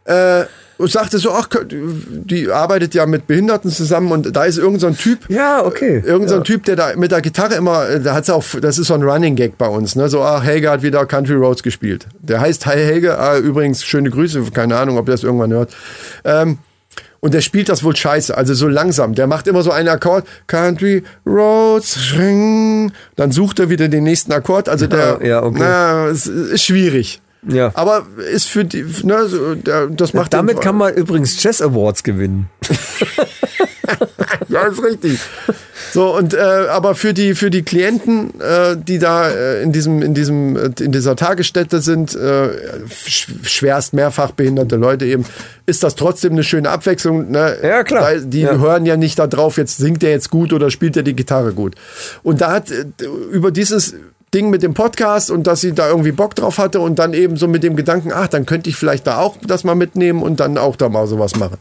Äh, und sagte so, ach, könnt- die arbeitet ja mit Behinderten zusammen und da ist irgend so ein Typ. Ja, okay. Irgend so ein Typ, der da mit der Gitarre immer, äh, da hat's auch, das ist so ein Running Gag bei uns, ne? So, ah, Helge hat wieder Country Roads gespielt. Der heißt Hi Helge, ah, übrigens, schöne Grüße, keine Ahnung, ob ihr das irgendwann hört. Ähm, und der spielt das wohl scheiße, also so langsam. Der macht immer so einen Akkord, Country Roads, schring. dann sucht er wieder den nächsten Akkord. Also der, ja, okay. na, es ist schwierig. Ja. Aber ist für die, ne, so, der, das macht Damit den- kann man übrigens Chess Awards gewinnen. Ja, ist richtig. So und äh, aber für die für die Klienten, äh, die da äh, in diesem in diesem äh, in dieser Tagesstätte sind, äh, sch schwerst mehrfach behinderte Leute eben, ist das trotzdem eine schöne Abwechslung. Ne? Ja, klar. Da, die Ja. hören ja nicht da drauf, jetzt singt er jetzt gut oder spielt er die Gitarre gut. Und da hat äh, über dieses Ding mit dem Podcast und dass sie da irgendwie Bock drauf hatte und dann eben so mit dem Gedanken, ach, dann könnte ich vielleicht da auch das mal mitnehmen und dann auch da mal sowas machen.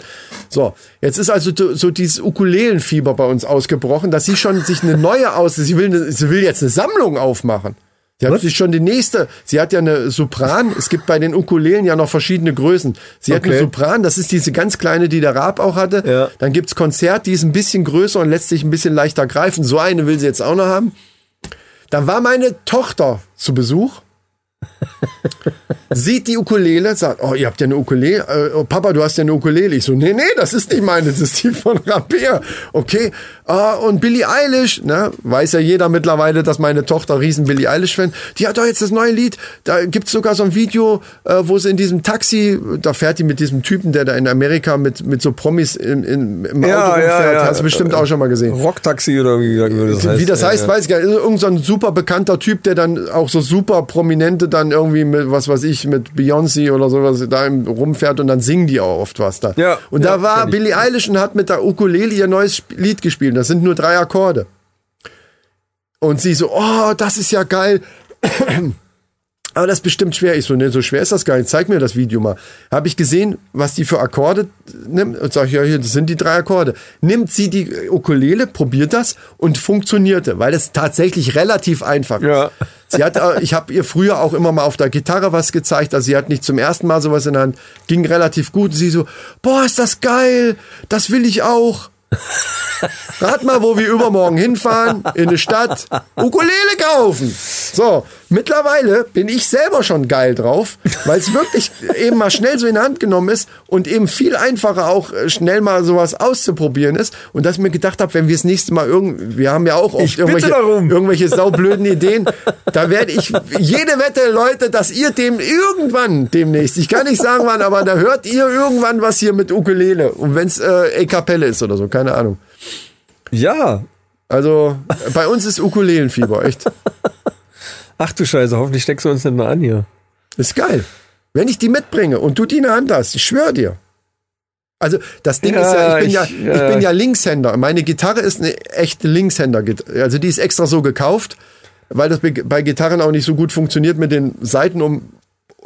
So, jetzt ist also so- so dieses Ukulelenfieber bei uns ausgebrochen, dass sie schon sich eine neue aus, sie will, eine, sie will jetzt eine Sammlung aufmachen. Sie hat sich schon die nächste, sie hat ja eine Sopran, es gibt bei den Ukulelen ja noch verschiedene Größen. Sie hat eine Okay. Sopran, das ist diese ganz kleine, die der Raab auch hatte. Ja. Dann gibt's Konzert, die ist ein bisschen größer und lässt sich ein bisschen leichter greifen. So eine will sie jetzt auch noch haben. Dann war meine Tochter zu Besuch, sieht die Ukulele, sagt, oh, ihr habt ja eine Ukulele. Äh, oh, Papa, du hast ja eine Ukulele. Ich so, nee, nee, das ist nicht meine, das ist die von Rabea. Okay, ah, und Billie Eilish, ne, weiß ja jeder mittlerweile, dass meine Tochter riesen Billie Eilish-Fan, die hat doch jetzt das neue Lied. Da gibt's sogar so ein Video, äh, wo sie in diesem Taxi, da fährt die mit diesem Typen, der da in Amerika mit, mit so Promis im, im, im Ja, Auto ja, rumfährt. ja. Hast du bestimmt auch schon mal gesehen. Rocktaxi oder wie das heißt. äh, Wie das heißt, weiß ich gar nicht. Also Irgend so ein super bekannter Typ, der dann auch so super Prominente dann irgendwie mit, was weiß ich, mit Beyoncé oder sowas da im- rumfährt und dann singen die auch oft was da. Ja, und ja, da war kenn ich. Billie Eilish und hat mit der Ukulele ihr neues Sp- Lied gespielt. Das sind nur drei Akkorde. Und sie so, oh, das ist ja geil. Aber das ist bestimmt schwer. Ich so, ne, so schwer ist das gar nicht. Zeig mir das Video mal. Habe ich gesehen, was die für Akkorde nimmt. Und sag ich, ja, hier, das sind die drei Akkorde. Nimmt sie die Ukulele, probiert das und funktionierte, weil es tatsächlich relativ einfach ist. Ja. Sie hat, äh, ich habe ihr früher auch immer mal auf der Gitarre was gezeigt. Also sie hat nicht zum ersten Mal sowas in der Hand. Ging relativ gut. Sie so, boah, ist das geil. Das will ich auch. Rat mal, wo wir übermorgen hinfahren, in eine Stadt, Ukulele kaufen. So, mittlerweile bin ich selber schon geil drauf, weil es wirklich eben mal schnell so in die Hand genommen ist und eben viel einfacher auch äh, schnell mal sowas auszuprobieren ist. Und dass ich mir gedacht habe, wenn wir das nächste Mal irgendwie, wir haben ja auch oft Ich bitte irgendwelche, darum. irgendwelche saublöden Ideen, da werde ich jede Wette, Leute, dass ihr dem irgendwann demnächst, ich kann nicht sagen wann, aber da hört ihr irgendwann was hier mit Ukulele. Und wenn es äh, E Kapelle ist oder so, keine Ahnung. Ja. Also bei uns ist Ukulelenfieber, echt. Ach du Scheiße, hoffentlich steckst du uns nicht mal an hier. Ist geil. Wenn ich die mitbringe und du die in der Hand hast, ich schwör dir. Also das Ding Ja, ist ja, ich bin ja, ich- ich ja. bin ja Linkshänder. Meine Gitarre ist eine echte Linkshänder. Also die ist extra so gekauft, weil das bei- bei Gitarren auch nicht so gut funktioniert mit den Seiten um.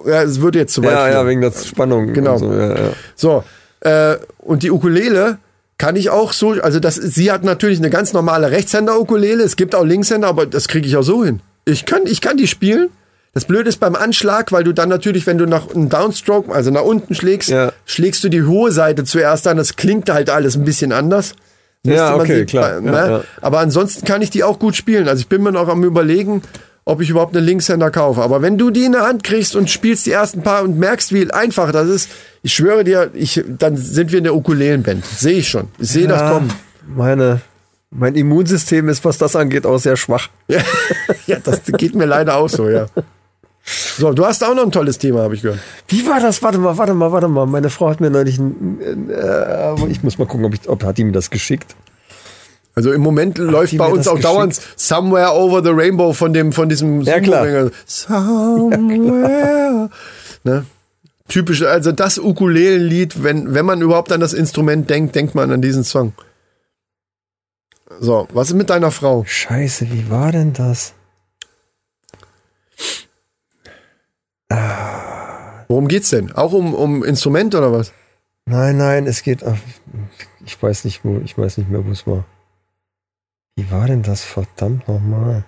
Ja, es würde jetzt zu weit Ja, führen. ja, wegen der Spannung. Genau. Und so, ja, ja. So, äh, und die Ukulele kann ich auch so, also das, sie hat natürlich eine ganz normale Rechtshänder-Ukulele, es gibt auch Linkshänder, aber das kriege ich auch so hin. Ich kann, ich kann die spielen. Das Blöde ist beim Anschlag, weil du dann natürlich, wenn du nach einem Downstroke, also nach unten schlägst, Ja. schlägst du die hohe Seite zuerst an, das klingt halt alles ein bisschen anders. Ja, Müsste man okay, sie- klar. Ne? Ja, ja. Aber ansonsten kann ich die auch gut spielen. Also ich bin mir noch am überlegen, ob ich überhaupt einen Linkshänder kaufe. Aber wenn du die in der Hand kriegst und spielst die ersten paar und merkst, wie einfach das ist, ich schwöre dir, ich, dann sind wir in der Ukulelenband. Sehe ich schon. Ich sehe das Ja, kommen. Meine, mein Immunsystem ist, was das angeht, auch sehr schwach. Ja. ja, das geht mir leider auch so, ja. So, du hast auch noch ein tolles Thema, habe ich gehört. Wie war das? Warte mal, warte mal, warte mal. Meine Frau hat mir neulich ein, ein, äh, ich muss mal gucken, ob ich, ob hat die mir das geschickt? Also im Moment läuft die bei mir uns das auch dauernd Somewhere Over the Rainbow von dem von diesem Ja, klar. Sumo-Sänger. Somewhere. ne? Typisch, also das Ukulelenlied, wenn, wenn man überhaupt an das Instrument denkt, denkt man an diesen Song. So, was ist mit deiner Frau? Scheiße, wie war denn das? Worum geht's denn? Auch um, um Instrument oder was? Nein, nein, es geht. Ach, ich weiß nicht, wo, ich weiß nicht mehr, wo es war. Wie war denn das? Verdammt nochmal.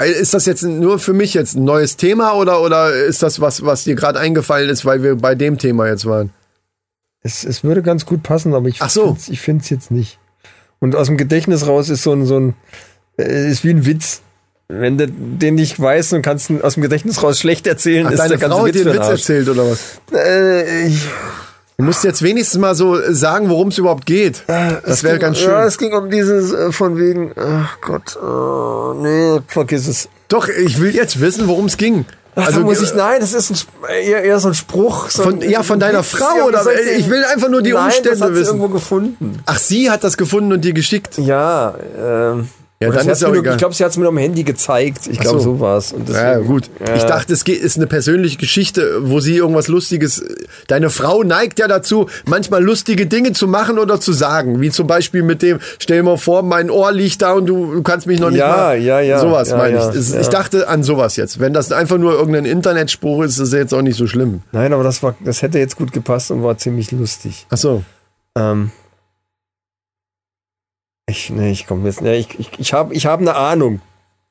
Äh, Ist das jetzt nur für mich jetzt ein neues Thema oder, oder ist das was, was dir gerade eingefallen ist, weil wir bei dem Thema jetzt waren? Es, es würde ganz gut passen, aber ich Ach so. find's- ich finde es jetzt nicht. Und aus dem Gedächtnis raus ist so ein, so ein äh, ist wie ein Witz. Wenn du den nicht weißt und kannst ihn aus dem Gedächtnis raus schlecht erzählen, Ach, ist deine der ganze Frau hat Witz dir für einen den Witz Arsch. erzählt oder was? Äh, ich, Du musst jetzt wenigstens mal so äh, sagen, worum es überhaupt geht. Das es wäre ging- ganz schön. Ja, es ging um dieses äh, von wegen, ach Gott, oh, nee, vergiss es. Doch, ich will jetzt wissen, worum es ging. Ach, also muss ich, äh, nein, das ist ein, Sp- eher, eher so ein Spruch. So Von- ein, ja, von deiner Frau, wie oder? soll denn- Ich will einfach nur die nein, Umstände das hat sie wissen. irgendwo gefunden. Ach, sie hat das gefunden und dir geschickt. Ja, ähm. Ja, oder dann ist sie hat's mir auch nur, egal. Ich glaube, sie hat es mir noch am Handy gezeigt. Ich glaube, so. so, war es. Und Ja, deswegen- gut. Ich dachte, es geht, ist eine persönliche Geschichte, wo sie irgendwas Lustiges. Deine Frau neigt ja dazu, manchmal lustige Dinge zu machen oder zu sagen. Wie zum Beispiel mit dem, stell dir mal vor, mein Ohr liegt da und du, du kannst mich noch nicht Ja, mal. ja, ja. Sowas Ja, meine ja, ich. Es- ja. Ich dachte an sowas jetzt. Wenn das einfach nur irgendein Internetspruch ist, ist es jetzt auch nicht so schlimm. Nein, aber das, war, das hätte jetzt gut gepasst und war ziemlich lustig. Ach so. Ähm. Ich, nee, ich komme jetzt. Nee, ich ich, ich habe ich hab eine Ahnung.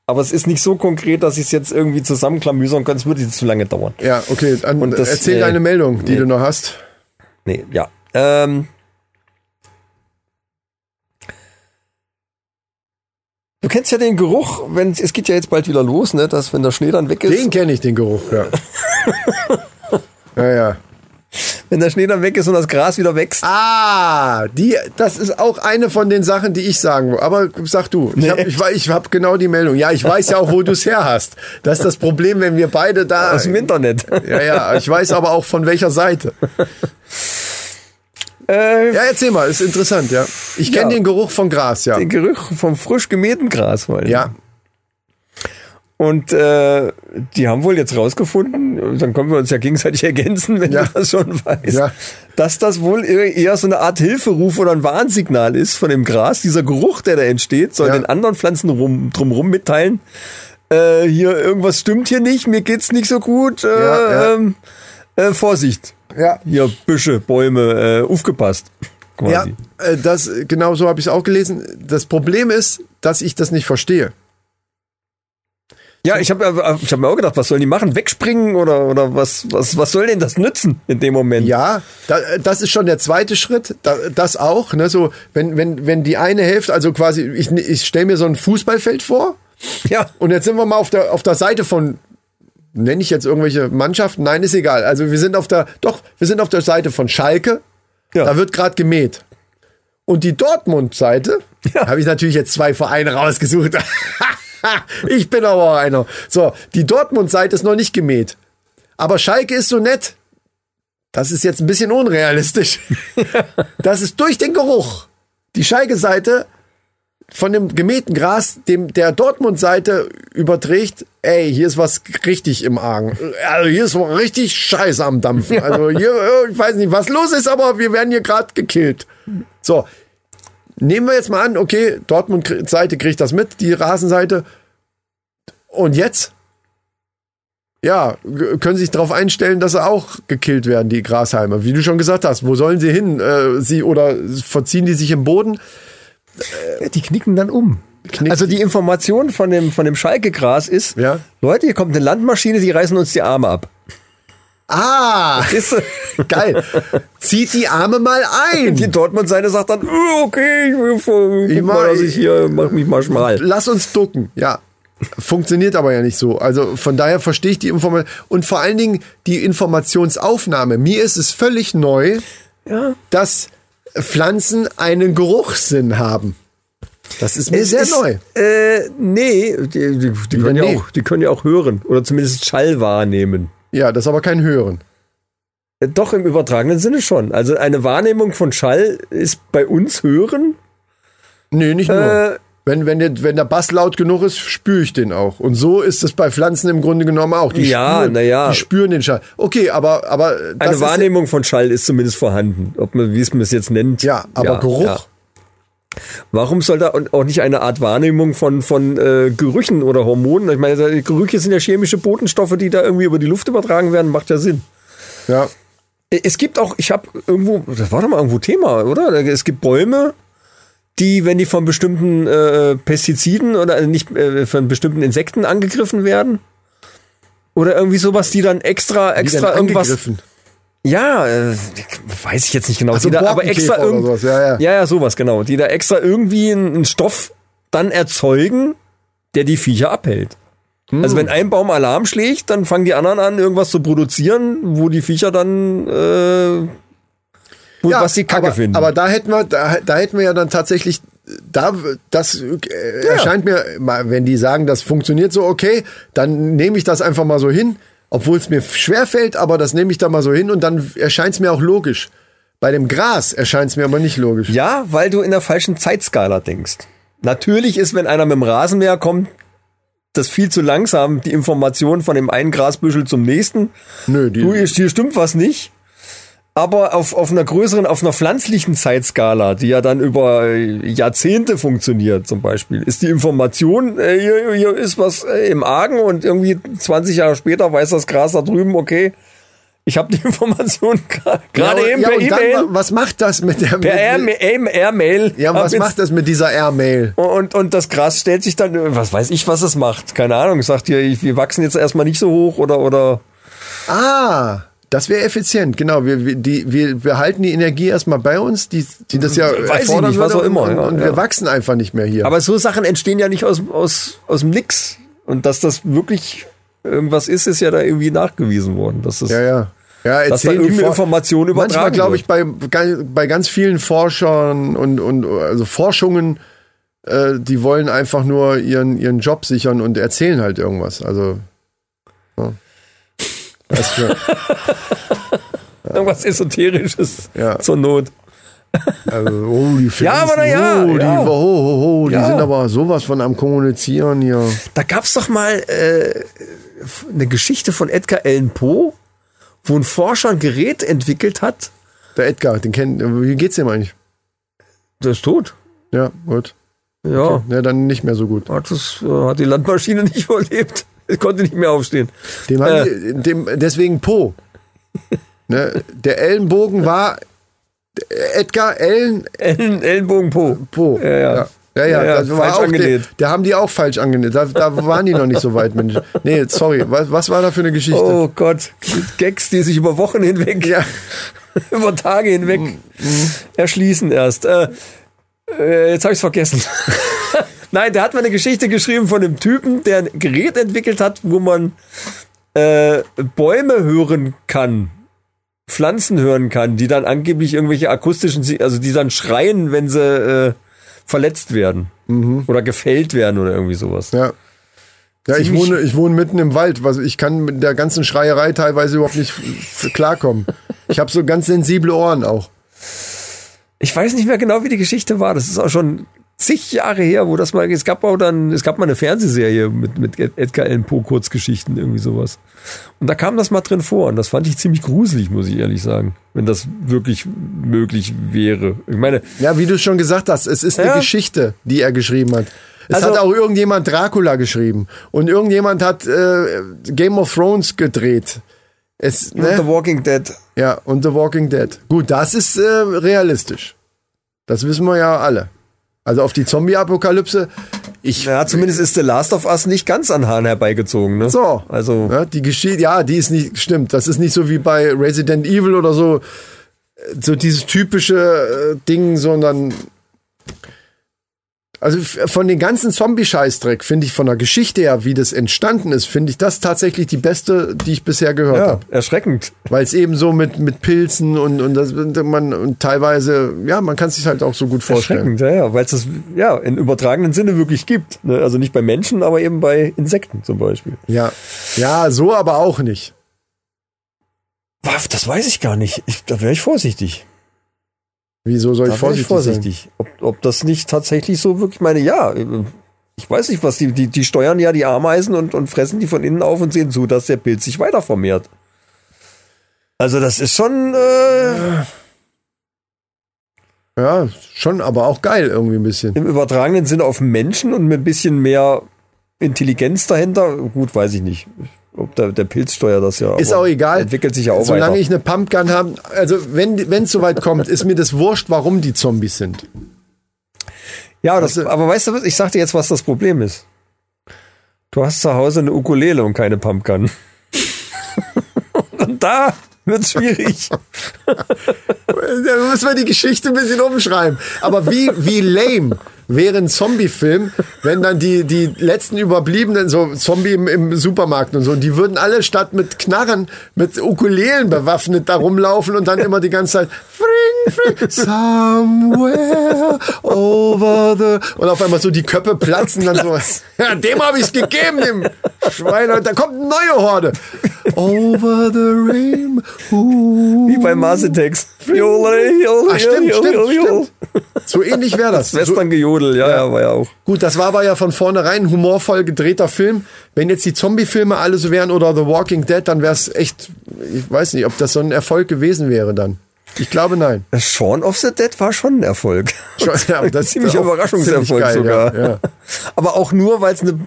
Aber es ist nicht so konkret, dass ich es jetzt irgendwie zusammenklamüsern könnte. Es würde jetzt zu lange dauern. Ja, okay. An, Und das- erzähl nee. deine Meldung, die Nee. du noch hast. Nee, ja. Ähm, du kennst ja den Geruch, wenn es geht ja jetzt bald wieder los, ne, dass wenn der Schnee dann weg ist, Den kenne ich, den Geruch, ja. ja, ja. wenn der Schnee dann weg ist und das Gras wieder wächst. Ah, die, das ist auch eine von den Sachen, die ich sagen will. Aber sag du, ich habe ich, wei- ich hab genau die Meldung. Ja, ich weiß ja auch, wo du es her hast. Das ist das Problem, wenn wir beide da. Aus dem Internet. ja, ja, ich weiß aber auch von welcher Seite. Äh, Ja, erzähl mal, ist interessant, ja. Ich kenne Ja. den Geruch von Gras, ja. Den Geruch vom frisch gemähten Gras vor allem. Ja, Und äh, die haben wohl jetzt rausgefunden, dann können wir uns ja gegenseitig ergänzen, wenn Ja. du das schon weißt, Ja. dass das wohl eher so eine Art Hilferuf oder ein Warnsignal ist von dem Gras. Dieser Geruch, der da entsteht, soll Ja. den anderen Pflanzen rum, drumherum mitteilen, äh, hier irgendwas stimmt hier nicht, mir geht's nicht so gut. Äh, Ja, ja. Ähm, äh, Vorsicht. Ja. Hier Büsche, Bäume, äh, aufgepasst. Ja, Quasi. äh, das, genau so habe ich es auch gelesen. Das Problem ist, dass ich das nicht verstehe. Ja, ich habe ich hab mir auch gedacht, was sollen die machen? Wegspringen oder, oder was, was, was soll denn das nützen in dem Moment? Ja, da, äh, das ist schon der zweite Schritt. Da, das auch, ne? So, wenn, wenn, wenn die eine Hälfte, also quasi, ich, ich stelle mir so ein Fußballfeld vor ja. und jetzt sind wir mal auf der, auf der Seite von, nenne ich jetzt irgendwelche Mannschaften? Nein, ist egal. Also wir sind auf der, doch, wir sind auf der Seite von Schalke. Ja. Da wird gerade gemäht. Und die Dortmund-Seite, habe ich natürlich jetzt zwei Vereine rausgesucht. ich bin aber auch einer. So, die Dortmund-Seite ist noch nicht gemäht. Aber Schalke ist so nett. Das ist jetzt ein bisschen unrealistisch. das ist durch den Geruch. Die Schalke-Seite von dem gemähten Gras, dem der Dortmund-Seite überträgt, ey, hier ist was richtig im Argen. Also hier ist so richtig Scheiße am Dampfen. Also hier, äh, ich weiß nicht, was los ist, aber wir werden hier gerade gekillt. So, nehmen wir jetzt mal an, okay, Dortmund-Seite kriegt das mit, die Rasenseite. Und jetzt? Ja, g- können sich darauf einstellen, dass sie auch gekillt werden, die Grashalme. Wie du schon gesagt hast, wo sollen sie hin? Äh, sie oder verziehen die sich im Boden? Ja, die knicken dann um. Knick- also die Information von dem, von dem Schalke-Gras ist, Ja. Leute, hier kommt eine Landmaschine, die reißen uns die Arme ab. Ah! Ist, äh, Geil. Zieht die Arme mal die ein. Dortmund-Seite sagt dann, "Oh, okay, ich, will vor- Ich guck mal, mach- dass Hm. ich hier, mach mich mal schmal. Lass uns ducken. Ja. Funktioniert aber ja nicht so. Also von daher verstehe ich die Information. Und vor allen Dingen die Informationsaufnahme. Mir ist es völlig neu, dass Pflanzen einen Geruchssinn haben. Das ist mir sehr ist, neu. Äh, nee, die, die, die, können ja nee. auch, die können ja auch hören oder zumindest Schall wahrnehmen. Ja, das ist aber kein Hören. Äh, Doch, im übertragenen Sinne schon. Also eine Wahrnehmung von Schall ist bei uns Hören. Nee, nicht nur. Äh, wenn, wenn, der, wenn der Bass laut genug ist, spüre ich den auch. Und so ist es bei Pflanzen im Grunde genommen auch. Die Ja, spüren, na ja. Die spüren den Schall. Okay, aber, aber das Eine ist- Wahrnehmung von Schall ist zumindest vorhanden, ob man, wie es man es jetzt nennt. Ja, aber Geruch. Warum soll da und auch nicht eine Art Wahrnehmung von, von äh, Gerüchen oder Hormonen? Ich meine, da- Gerüche sind ja chemische Botenstoffe, die da irgendwie über die Luft übertragen werden, macht ja Sinn. Ja. Äh, Es gibt auch, ich habe irgendwo, das war doch mal irgendwo Thema, oder? Es gibt Bäume, die, wenn die von bestimmten äh, Pestiziden oder äh, nicht äh, von bestimmten Insekten angegriffen werden. Oder irgendwie sowas, die dann extra, Wie extra denn irgendwas. angegriffen? Ja, äh, weiß ich jetzt nicht genau. so, die da, aber extra Borkenkäfer oder irgend- sowas, ja, ja. ja, ja, sowas, genau. Die da extra irgendwie einen einen Stoff dann erzeugen, der die Viecher abhält. Hm. Also wenn ein Baum Alarm schlägt, dann fangen die anderen an, irgendwas zu produzieren, wo die Viecher dann, äh, wo, was sie kacke aber, finden. Aber da hätten wir, da, da hätten wir ja dann tatsächlich, da, das äh, erscheint mir, mal, wenn die sagen, das funktioniert so okay, dann nehme ich das einfach mal so hin, obwohl es mir schwer fällt, aber das nehme ich da mal so hin und dann erscheint es mir auch logisch. Bei dem Gras erscheint es mir aber nicht logisch. ja, weil du in der falschen Zeitskala denkst. Natürlich ist, wenn einer mit dem Rasenmäher kommt, das viel zu langsam, die Information von dem einen Grasbüschel zum nächsten. Nö, die, Du, hier, hier stimmt was nicht. Aber auf, auf einer größeren, auf einer pflanzlichen Zeitskala, die ja dann über Jahrzehnte funktioniert zum Beispiel, ist die Information, äh, hier, hier ist was äh, im Argen und irgendwie 20 Jahre später weiß das Gras da drüben, okay, ich habe die Information gra- gerade ja, eben ja, per und dann, E-Mail. wa- was macht das mit der Per mit, Air- Air- Air-Mail. Ja, hab was jetzt- macht das mit dieser Air-Mail? und, und das Gras stellt sich dann, äh, was weiß ich, was es macht. Keine Ahnung, sagt hier, ich, wir wachsen jetzt erstmal nicht so hoch oder, oder Ah, das wäre effizient, genau. Wir, wir, die, wir, wir halten die Energie erstmal bei uns, die, die das ja Weiß ich erfordern nicht, was würde auch immer, Und, ja, und ja. wir wachsen einfach nicht mehr hier. Aber so Sachen entstehen ja nicht aus, aus, aus dem Nix. Und dass das wirklich irgendwas ist, ist ja da irgendwie nachgewiesen worden. Dass das ja, ja. Ja, da erzählen die irgendeine Vor- Information übertragen Manchmal glaube ich bei, bei ganz vielen Forschern und, und also Forschungen, äh, die wollen einfach nur ihren, ihren Job sichern und erzählen halt irgendwas. Also ja. Weißt du, Irgendwas Esoterisches Ja. zur Not. Also, oh, die Pflanzen, Ja, aber na ja, oh, die, ja. Oh, oh, oh, die Ja. sind aber sowas von am Kommunizieren hier. Da gab es doch mal äh, eine Geschichte von Edgar Allan Poe, wo ein Forscher ein Gerät entwickelt hat. Der Edgar, den kennt, wie geht's dem eigentlich? Der ist tot. Ja, gut. Ja, Ja, dann nicht mehr so gut. hat, das, äh, hat die Landmaschine nicht überlebt. Ich konnte nicht mehr aufstehen. Dem haben die, dem, deswegen Po. ne? Der Ellenbogen war Edgar Ellen Ellen, Ellenbogen Po. Po. Ja, ja. Ja, ja, das falsch war auch der, angenäht. der haben die auch falsch angenäht. Da, da waren die noch nicht so weit, Mensch. Nee, sorry. Was, was war da für eine Geschichte? Oh Gott, Gags, die sich über Wochen hinweg, Ja. über Tage hinweg erschließen erst. Äh, äh, jetzt habe ich es vergessen. Nein, der hat mal eine Geschichte geschrieben von einem Typen, der ein Gerät entwickelt hat, wo man äh, Bäume hören kann. Pflanzen hören kann, die dann angeblich irgendwelche akustischen, Sie- also die dann schreien, wenn sie äh, verletzt werden oder gefällt werden oder irgendwie sowas. Ja. Ja, ich Ziemlich- wohne, ich wohne mitten im Wald. Also ich kann mit der ganzen Schreierei teilweise überhaupt nicht f- klarkommen. Ich habe so ganz sensible Ohren auch. Ich weiß nicht mehr genau, wie die Geschichte war. Das ist auch schon zig Jahre her, wo das mal, es gab auch dann, es gab mal eine Fernsehserie mit, mit Ed- Edgar Allan Poe Kurzgeschichten, irgendwie sowas. Und da kam das mal drin vor und das fand ich ziemlich gruselig, muss ich ehrlich sagen. Wenn das wirklich möglich wäre. Ich meine, Ja, wie du schon gesagt hast, es ist eine Ja. Geschichte, die er geschrieben hat. Es Also- hat auch irgendjemand Dracula geschrieben und irgendjemand hat äh, Game of Thrones gedreht. Es, The ne? Walking Dead. Ja, und The Walking Dead. Gut, das ist äh, realistisch. Das wissen wir ja alle. Also auf die Zombie-Apokalypse, ich Ja, zumindest ist The Last of Us nicht ganz an Hahn herbeigezogen, ne? So. Also, Ja, die Geschichte, ja, die ist nicht, stimmt. Das ist nicht so wie bei Resident Evil oder so, äh, so dieses typische äh, Ding, sondern. Also f- von den ganzen Zombie-Scheißdreck finde ich von der Geschichte her, wie das entstanden ist, finde ich das tatsächlich die beste, die ich bisher gehört ja, habe. erschreckend. Weil es eben so mit, mit Pilzen und, und, das, und man und teilweise, ja, man kann es sich halt auch so gut vorstellen. Erschreckend, ja, ja, weil es das ja im übertragenen Sinne wirklich gibt. Ne? Also nicht bei Menschen, aber eben bei Insekten zum Beispiel. Ja. ja, so aber auch nicht. Was? Das weiß ich gar nicht. Ich, da wäre ich vorsichtig. Wieso soll Da ich wäre vorsichtig, ich vorsichtig vorsichtig. Ob, ob das nicht tatsächlich so wirklich, ich meine, ja, ich weiß nicht, was die, die, die steuern ja die Ameisen und, und fressen die von innen auf und sehen zu, dass der Pilz sich weiter vermehrt. Also das ist schon, äh, sein? Ja, schon, aber auch geil irgendwie ein bisschen. im übertragenen Sinne auf Menschen und mit ein bisschen mehr Intelligenz dahinter, gut, weiß ich nicht. Ob der, der Pilz steuert das ja. Ist aber auch egal. Entwickelt sich ja auch Solange weiter. ich eine Pumpgun habe, also wenn wenn es soweit kommt, ist mir das wurscht, warum die Zombies sind. ja, das, aber weißt du was, ich sag dir jetzt, was das Problem ist. Du hast zu Hause eine Ukulele und keine Pumpgun. und da wird's schwierig. Da müssen wir die Geschichte ein bisschen umschreiben. Aber wie wie lame wäre ein Zombie-Film, wenn dann die die letzten Überbliebenen so Zombie im, im Supermarkt und so, und die würden alle statt mit Knarren mit Ukulelen bewaffnet da rumlaufen und dann immer die ganze Zeit fring, fring, somewhere over the und auf einmal so die Köpfe platzen dann so. Ja, dem habe ich's gegeben, dem Schwein. Und da kommt eine neue Horde. Over the rain. Wie bei Marsetex. Jole, jole, Ah, stimmt, jole, stimmt, jole, jole. stimmt. So ähnlich wäre das. So, Western-Gejodel, ja, ja, war ja auch. gut, das war aber ja von vornherein ein humorvoll gedrehter Film. Wenn jetzt die Zombie-Filme alle so wären oder The Walking Dead, dann wäre es echt, ich weiß nicht, ob das so ein Erfolg gewesen wäre dann. Ich glaube, nein. Shaun of the Dead war schon ein Erfolg. Schon- ja, das ist ziemlich auch Überraschungserfolg ziemlich geil, sogar. ja, ja. Aber auch nur, weil es eine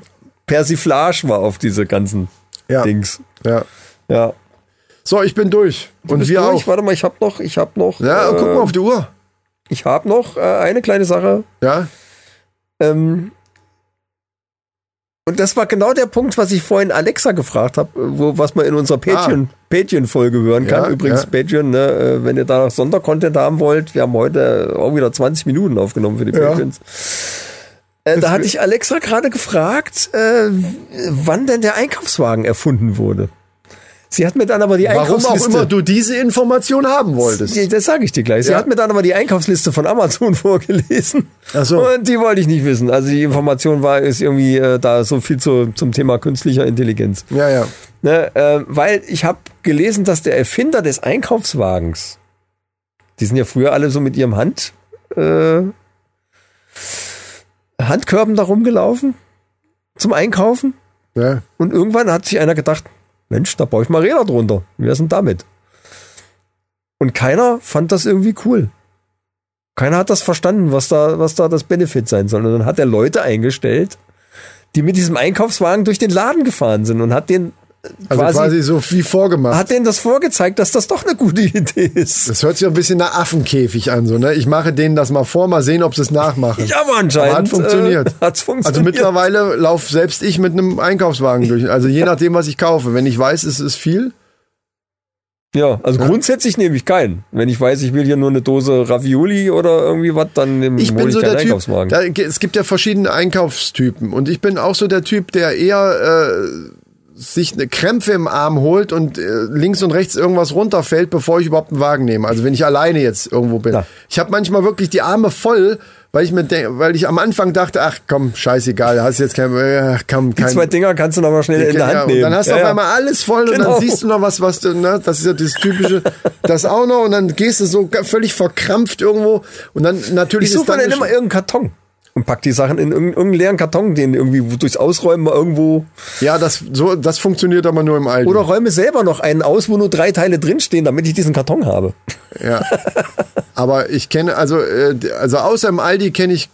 Persiflage war auf diese ganzen Ja. Dings. Ja. Ja. So, ich bin durch. Und Bist wir durch? auch. Warte mal, ich hab noch, ich hab noch, Ja, äh, guck mal auf die Uhr. ich hab noch äh, eine kleine Sache. Ja. Ähm, und das war genau der Punkt, was ich vorhin Alexa gefragt habe, wo, was man in unserer Patreon- Patreon-Folge hören kann. Ah. Ja, Übrigens, ja. Patreon, ne, äh, wenn ihr da noch Sondercontent haben wollt, wir haben heute auch wieder 20 Minuten aufgenommen für die Ja. Patreons. Äh, da hatte ich Alexa gerade gefragt, äh, wann denn der Einkaufswagen erfunden wurde. Sie hat mir dann aber die Warum auch Einkaufsliste... immer du diese Information haben wolltest. Ja, Das sage ich dir gleich. Sie Ja. hat mir dann aber die Einkaufsliste von Amazon vorgelesen. Ach so. Und die wollte ich nicht wissen. Also die Information war, ist irgendwie äh, da so viel zu, zum Thema künstlicher Intelligenz. Ja, ja. Ne, äh, weil ich habe gelesen, dass der Erfinder des Einkaufswagens, die sind ja früher alle so mit ihrem Hand, äh, Handkörben da rumgelaufen zum Einkaufen. ja. Und irgendwann hat sich einer gedacht, Mensch, da baue ich mal Räder drunter. Wie wär's denn damit? Und keiner fand das irgendwie cool. Keiner hat das verstanden, was da, was da das Benefit sein soll. Und dann hat er Leute eingestellt, die mit diesem Einkaufswagen durch den Laden gefahren sind und hat den äh, Also quasi, so wie vorgemacht. hat denen das vorgezeigt, dass das doch eine gute Idee ist. das hört sich ein bisschen nach Affenkäfig an, so, ne? Ich mache denen das mal vor, mal sehen, ob sie es nachmachen. Ja, aber anscheinend. Aber hat funktioniert. Äh, hat's Also funktioniert. mittlerweile laufe selbst ich mit einem Einkaufswagen durch. Also je nachdem, was ich kaufe. Wenn ich weiß, es ist viel, ja, also grundsätzlich nehme ich keinen. Wenn ich weiß, ich will hier nur eine Dose Ravioli oder irgendwie was, dann nehme ich hole bin so keinen der Typ, Einkaufswagen. da, es gibt ja verschiedene Einkaufstypen und ich bin auch so der Typ, der eher äh, sich eine Krämpfe im Arm holt und äh, links und rechts irgendwas runterfällt, bevor ich überhaupt einen Wagen nehme. Also wenn ich alleine jetzt irgendwo bin. Ja. Ich habe manchmal wirklich die Arme voll, weil ich mir denk, weil ich am Anfang dachte, ach komm, scheißegal, hast jetzt kein, äh, komm, Die kein zwei Dinger kannst du noch mal schnell in der Hand ja, nehmen. Und dann hast du ja, auf ja. einmal alles voll und Genau. dann siehst du noch was, was du, ne, das ist ja das typische, das auch noch und dann gehst du so ga- völlig verkrampft irgendwo und dann natürlich Ich suche ist dann dann immer irgendeinen Karton und pack die Sachen in irgendeinen, irgendeinen leeren Karton, den irgendwie durchs Ausräumen mal irgendwo. Ja, das so das funktioniert aber nur im Alten. Oder räume selber noch einen aus, wo nur drei Teile drinstehen, damit ich diesen Karton habe. ja. Aber ich kenne also äh, also außer im Aldi kenne ich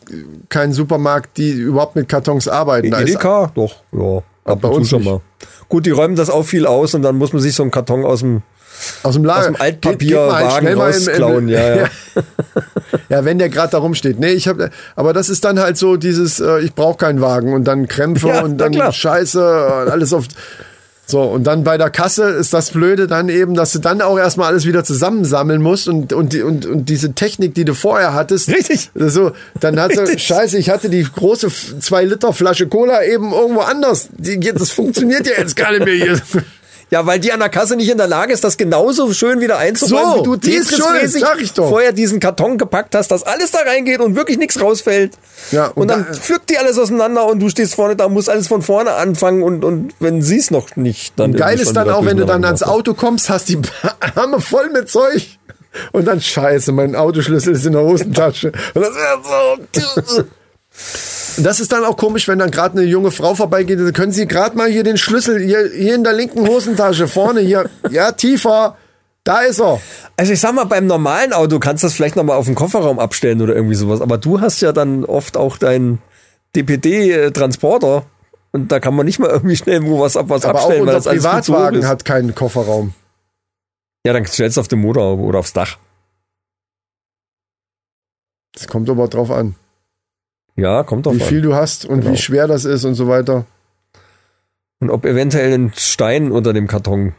keinen Supermarkt, die überhaupt mit Kartons arbeiten. Da ist, Edeka? Doch, ja. Ab bei und zu uns schon nicht. mal. Gut, die räumen das auch viel aus und dann muss man sich so einen Karton aus dem, aus dem Lager aus dem geht- geht mal halt Altpapierwagen schnell mal im- im- rausklauen. Ja, ja. Ja, wenn der gerade da rumsteht. Nee, ich habe aber das ist dann halt so dieses äh, ich brauche keinen Wagen und dann Krämpfe Ja, und na dann klar. Scheiße und alles auf so und dann bei der Kasse ist das blöde dann eben, dass du dann auch erstmal alles wieder zusammensammeln musst und und die- und und diese Technik, die du vorher hattest. Richtig. So, dann hat sie Scheiße, ich hatte die große 2 Liter Flasche Cola eben irgendwo anders. Die, geht- das funktioniert ja jetzt gar nicht mehr hier. ja, weil die an der Kasse nicht in der Lage ist, das genauso schön wieder einzuräumen, So, wie du die ist schuld, Tetris-mäßig sag ich doch. vorher diesen Karton gepackt hast, dass alles da reingeht und wirklich nichts rausfällt. Ja, und, und dann da- pflückt die alles auseinander und du stehst vorne da, musst alles von vorne anfangen und, und wenn sie es noch nicht, dann. Geil irgendwie schon ist dann wieder auch, wenn du dann durcheinander ans gemacht Auto kommst, hast die Arme voll mit Zeug und dann scheiße, mein Autoschlüssel ist in der Hosentasche. Und das, hast. So, und das ist dann auch komisch, wenn dann gerade eine junge Frau vorbeigeht, dann können sie gerade mal hier den Schlüssel hier, hier in der linken Hosentasche vorne hier, ja tiefer, da ist er. Also ich sag mal, beim normalen Auto kannst du das vielleicht nochmal auf den Kofferraum abstellen oder irgendwie sowas, aber du hast ja dann oft auch deinen DPD-Transporter und da kann man nicht mal irgendwie schnell wo was ab was Aber auch abstellen, unser alles viel zu hoch Privatwagen ist. hat keinen Kofferraum. Ja, dann stellst du auf den Motor oder aufs Dach. Das kommt aber drauf an, Ja, kommt wie drauf viel an. du hast und Genau. wie schwer das ist und so weiter. Und ob eventuell ein Stein unter dem Karton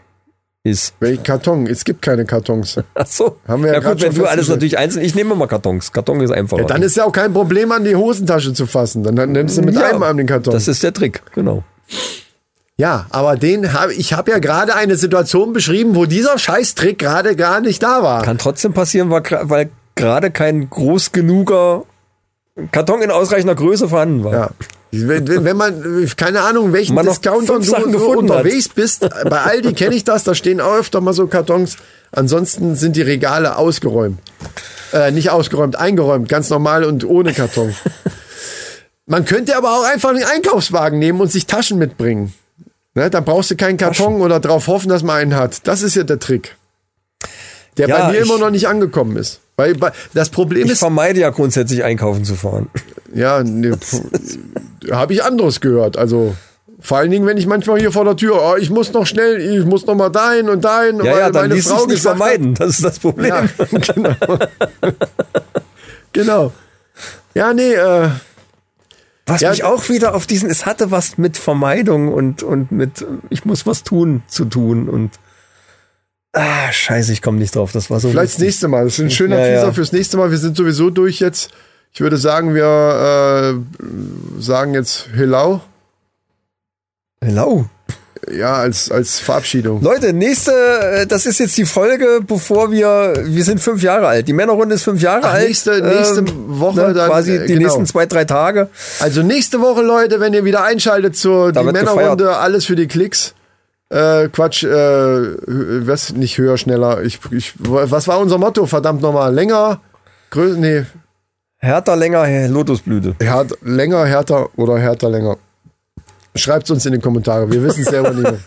ist. Welchen Karton? Es gibt keine Kartons. Ach so. Haben wir ja ja grad gut, wenn schon du alles festgestellt. natürlich einzeln. Ich nehme immer Kartons. Karton ist einfacher. Ja, dann ist ja auch kein Problem, an die Hosentasche zu fassen. Dann nimmst du mit Ja, einem Arm den Karton. Das ist der Trick, genau. Ja, aber den habe ich habe ja gerade eine Situation beschrieben, wo dieser Scheißtrick gerade gar nicht da war. Kann trotzdem passieren, weil, gra- weil gerade kein groß genuger Karton in ausreichender Größe vorhanden war. Ja. Wenn, wenn wenn man, keine Ahnung, welchen Man noch Discounter fünf du Sachen so gefunden hat. unterwegs bist, bei Aldi kenne ich das, da stehen auch öfter mal so Kartons. Ansonsten sind die Regale ausgeräumt. Äh, nicht ausgeräumt, eingeräumt, ganz normal und ohne Karton. Man könnte aber auch einfach einen Einkaufswagen nehmen und sich Taschen mitbringen. Ne, dann brauchst du keinen Karton oder drauf hoffen, dass man einen hat. Das ist ja der Trick. Der Ja, bei mir ich- immer noch nicht angekommen ist. Weil, bei- das Problem Ich ist, vermeide ja grundsätzlich einkaufen zu fahren. ja, ne, habe ich anderes gehört. Also vor allen Dingen, wenn ich manchmal hier vor der Tür, oh, ich muss noch schnell, ich muss noch mal dahin und dahin. Ja, weil ja, dann ließ sich nicht gesagt hat- vermeiden. Das ist das Problem. Ja, genau. genau. Ja, nee, äh, Was Ja. mich auch wieder auf diesen, es hatte was mit Vermeidung und, und mit, äh, ich muss was tun, zu tun und, ah, scheiße, ich komme nicht drauf, das war so. vielleicht das nächste Mal. Das ist ein schöner Ja, ja. Teaser fürs nächste Mal. Wir sind sowieso durch jetzt. Ich würde sagen, wir äh, sagen jetzt Hello. Hello. Ja, als, als Verabschiedung. Leute, nächste, äh, das ist jetzt die Folge, bevor wir, wir sind fünf Jahre alt. Die Männerrunde ist fünf Jahre Ach, alt. Ähm, ne, nächste- nächste Woche dann, quasi äh, die genau. nächsten zwei, drei Tage. Also nächste Woche, Leute, wenn ihr wieder einschaltet zur die wird Männerrunde, gefeiert. alles für die Klicks. Äh, Quatsch, äh, hö- was nicht höher, schneller. Ich, ich, was war unser Motto? Verdammt nochmal. Länger, größer, nee, Härter, länger, Herr Lotusblüte. härter, länger, härter oder härter, länger. Schreibt uns in die Kommentare. Wir wissen es selber nicht mehr.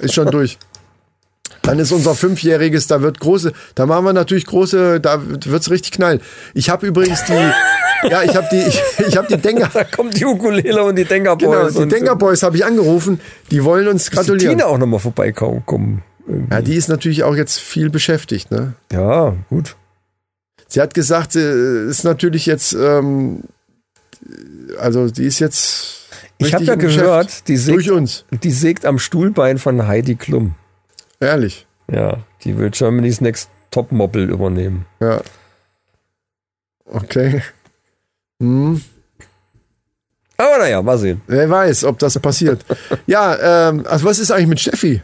Ist schon durch. Dann ist unser Fünfjähriges, da wird große, da machen wir natürlich große, da wird's richtig knallen. Ich habe übrigens die, ja, ich habe die, ich, ich habe die Denker, Da kommt die Ukulele und die Denker genau, Boys. die und, Denker Boys habe ich angerufen, die wollen uns Dass die gratulieren. Tina auch nochmal vorbeikommen. Ja, die ist natürlich auch jetzt viel beschäftigt, ne? Ja, gut. Sie hat gesagt, sie äh, ist natürlich jetzt, ähm, also die ist jetzt. Ich richtig habe ja im Geschäft. gehört, die Durch sägt, uns, die sägt am Stuhlbein von Heidi Klum. ehrlich. Ja, die will Germany's Next Topmodel übernehmen. Ja. Okay. Hm. Aber naja, mal sehen. Wer weiß, ob das passiert. ja, ähm, also was ist eigentlich mit Steffi?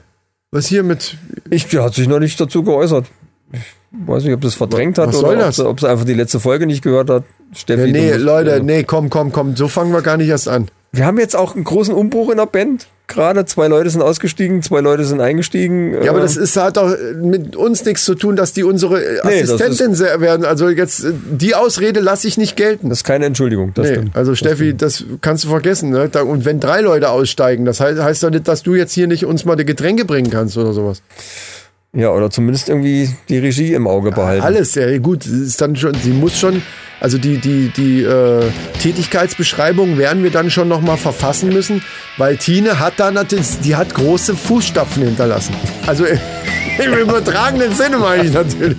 Was hier mit. Ich, die hat sich noch nicht dazu geäußert. Ich weiß nicht, ob das verdrängt hat Was soll oder ob das? sie, ob sie einfach die letzte Folge nicht gehört hat. Steffi, Ja, du nee, musst- Leute, nee, komm, komm, komm, so fangen wir gar nicht erst an. Wir haben jetzt auch einen großen Umbruch in der Band. Gerade zwei Leute sind ausgestiegen, zwei Leute sind eingestiegen. Äh, Ja, aber das ist, hat doch äh, mit uns nichts zu tun, dass die unsere äh, Nee, das Assistentin se- werden. Also jetzt, äh, die Ausrede lasse ich nicht gelten. das ist keine Entschuldigung, das Nee, stimmt. also Steffi, das kannst du vergessen. Ne? Da, und wenn drei Leute aussteigen, das heißt, heißt doch nicht, dass du jetzt hier nicht uns mal die Getränke bringen kannst oder sowas. also- Ja, oder zumindest irgendwie die Regie im Auge behalten. Alles, ja gut, es ist dann schon, sie muss schon, also die, die, die äh, Tätigkeitsbeschreibung werden wir dann schon nochmal verfassen müssen, weil Tine hat da natürlich, die hat große Fußstapfen hinterlassen. Also im im übertragenen Sinne meine ich natürlich.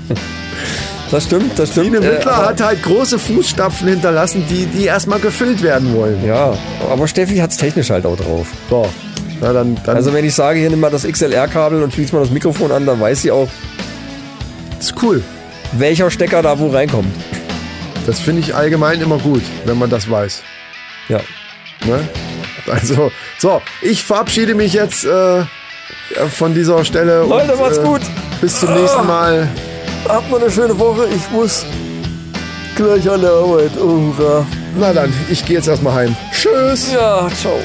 Das stimmt, das stimmt. Tine Wittler Äh, aber- hat halt große Fußstapfen hinterlassen, die, die erstmal gefüllt werden wollen. Ja, aber Steffi hat's technisch halt auch drauf. So, na dann, dann Also wenn ich sage, hier nimm mal das XLR-Kabel und schließ mal das Mikrofon an, dann weiß sie auch, ist cool. welcher Stecker da wo reinkommt. Das finde ich allgemein immer gut, wenn man das weiß. Ja. Ne? Also, so, ich verabschiede mich jetzt äh, von dieser Stelle. äh, Leute, macht's gut. Ah. Bis zum nächsten Mal. Habt mal eine schöne Woche. Ich muss gleich an der Arbeit. Hurra. Na dann, ich gehe jetzt erstmal heim. Tschüss. Ja, ciao.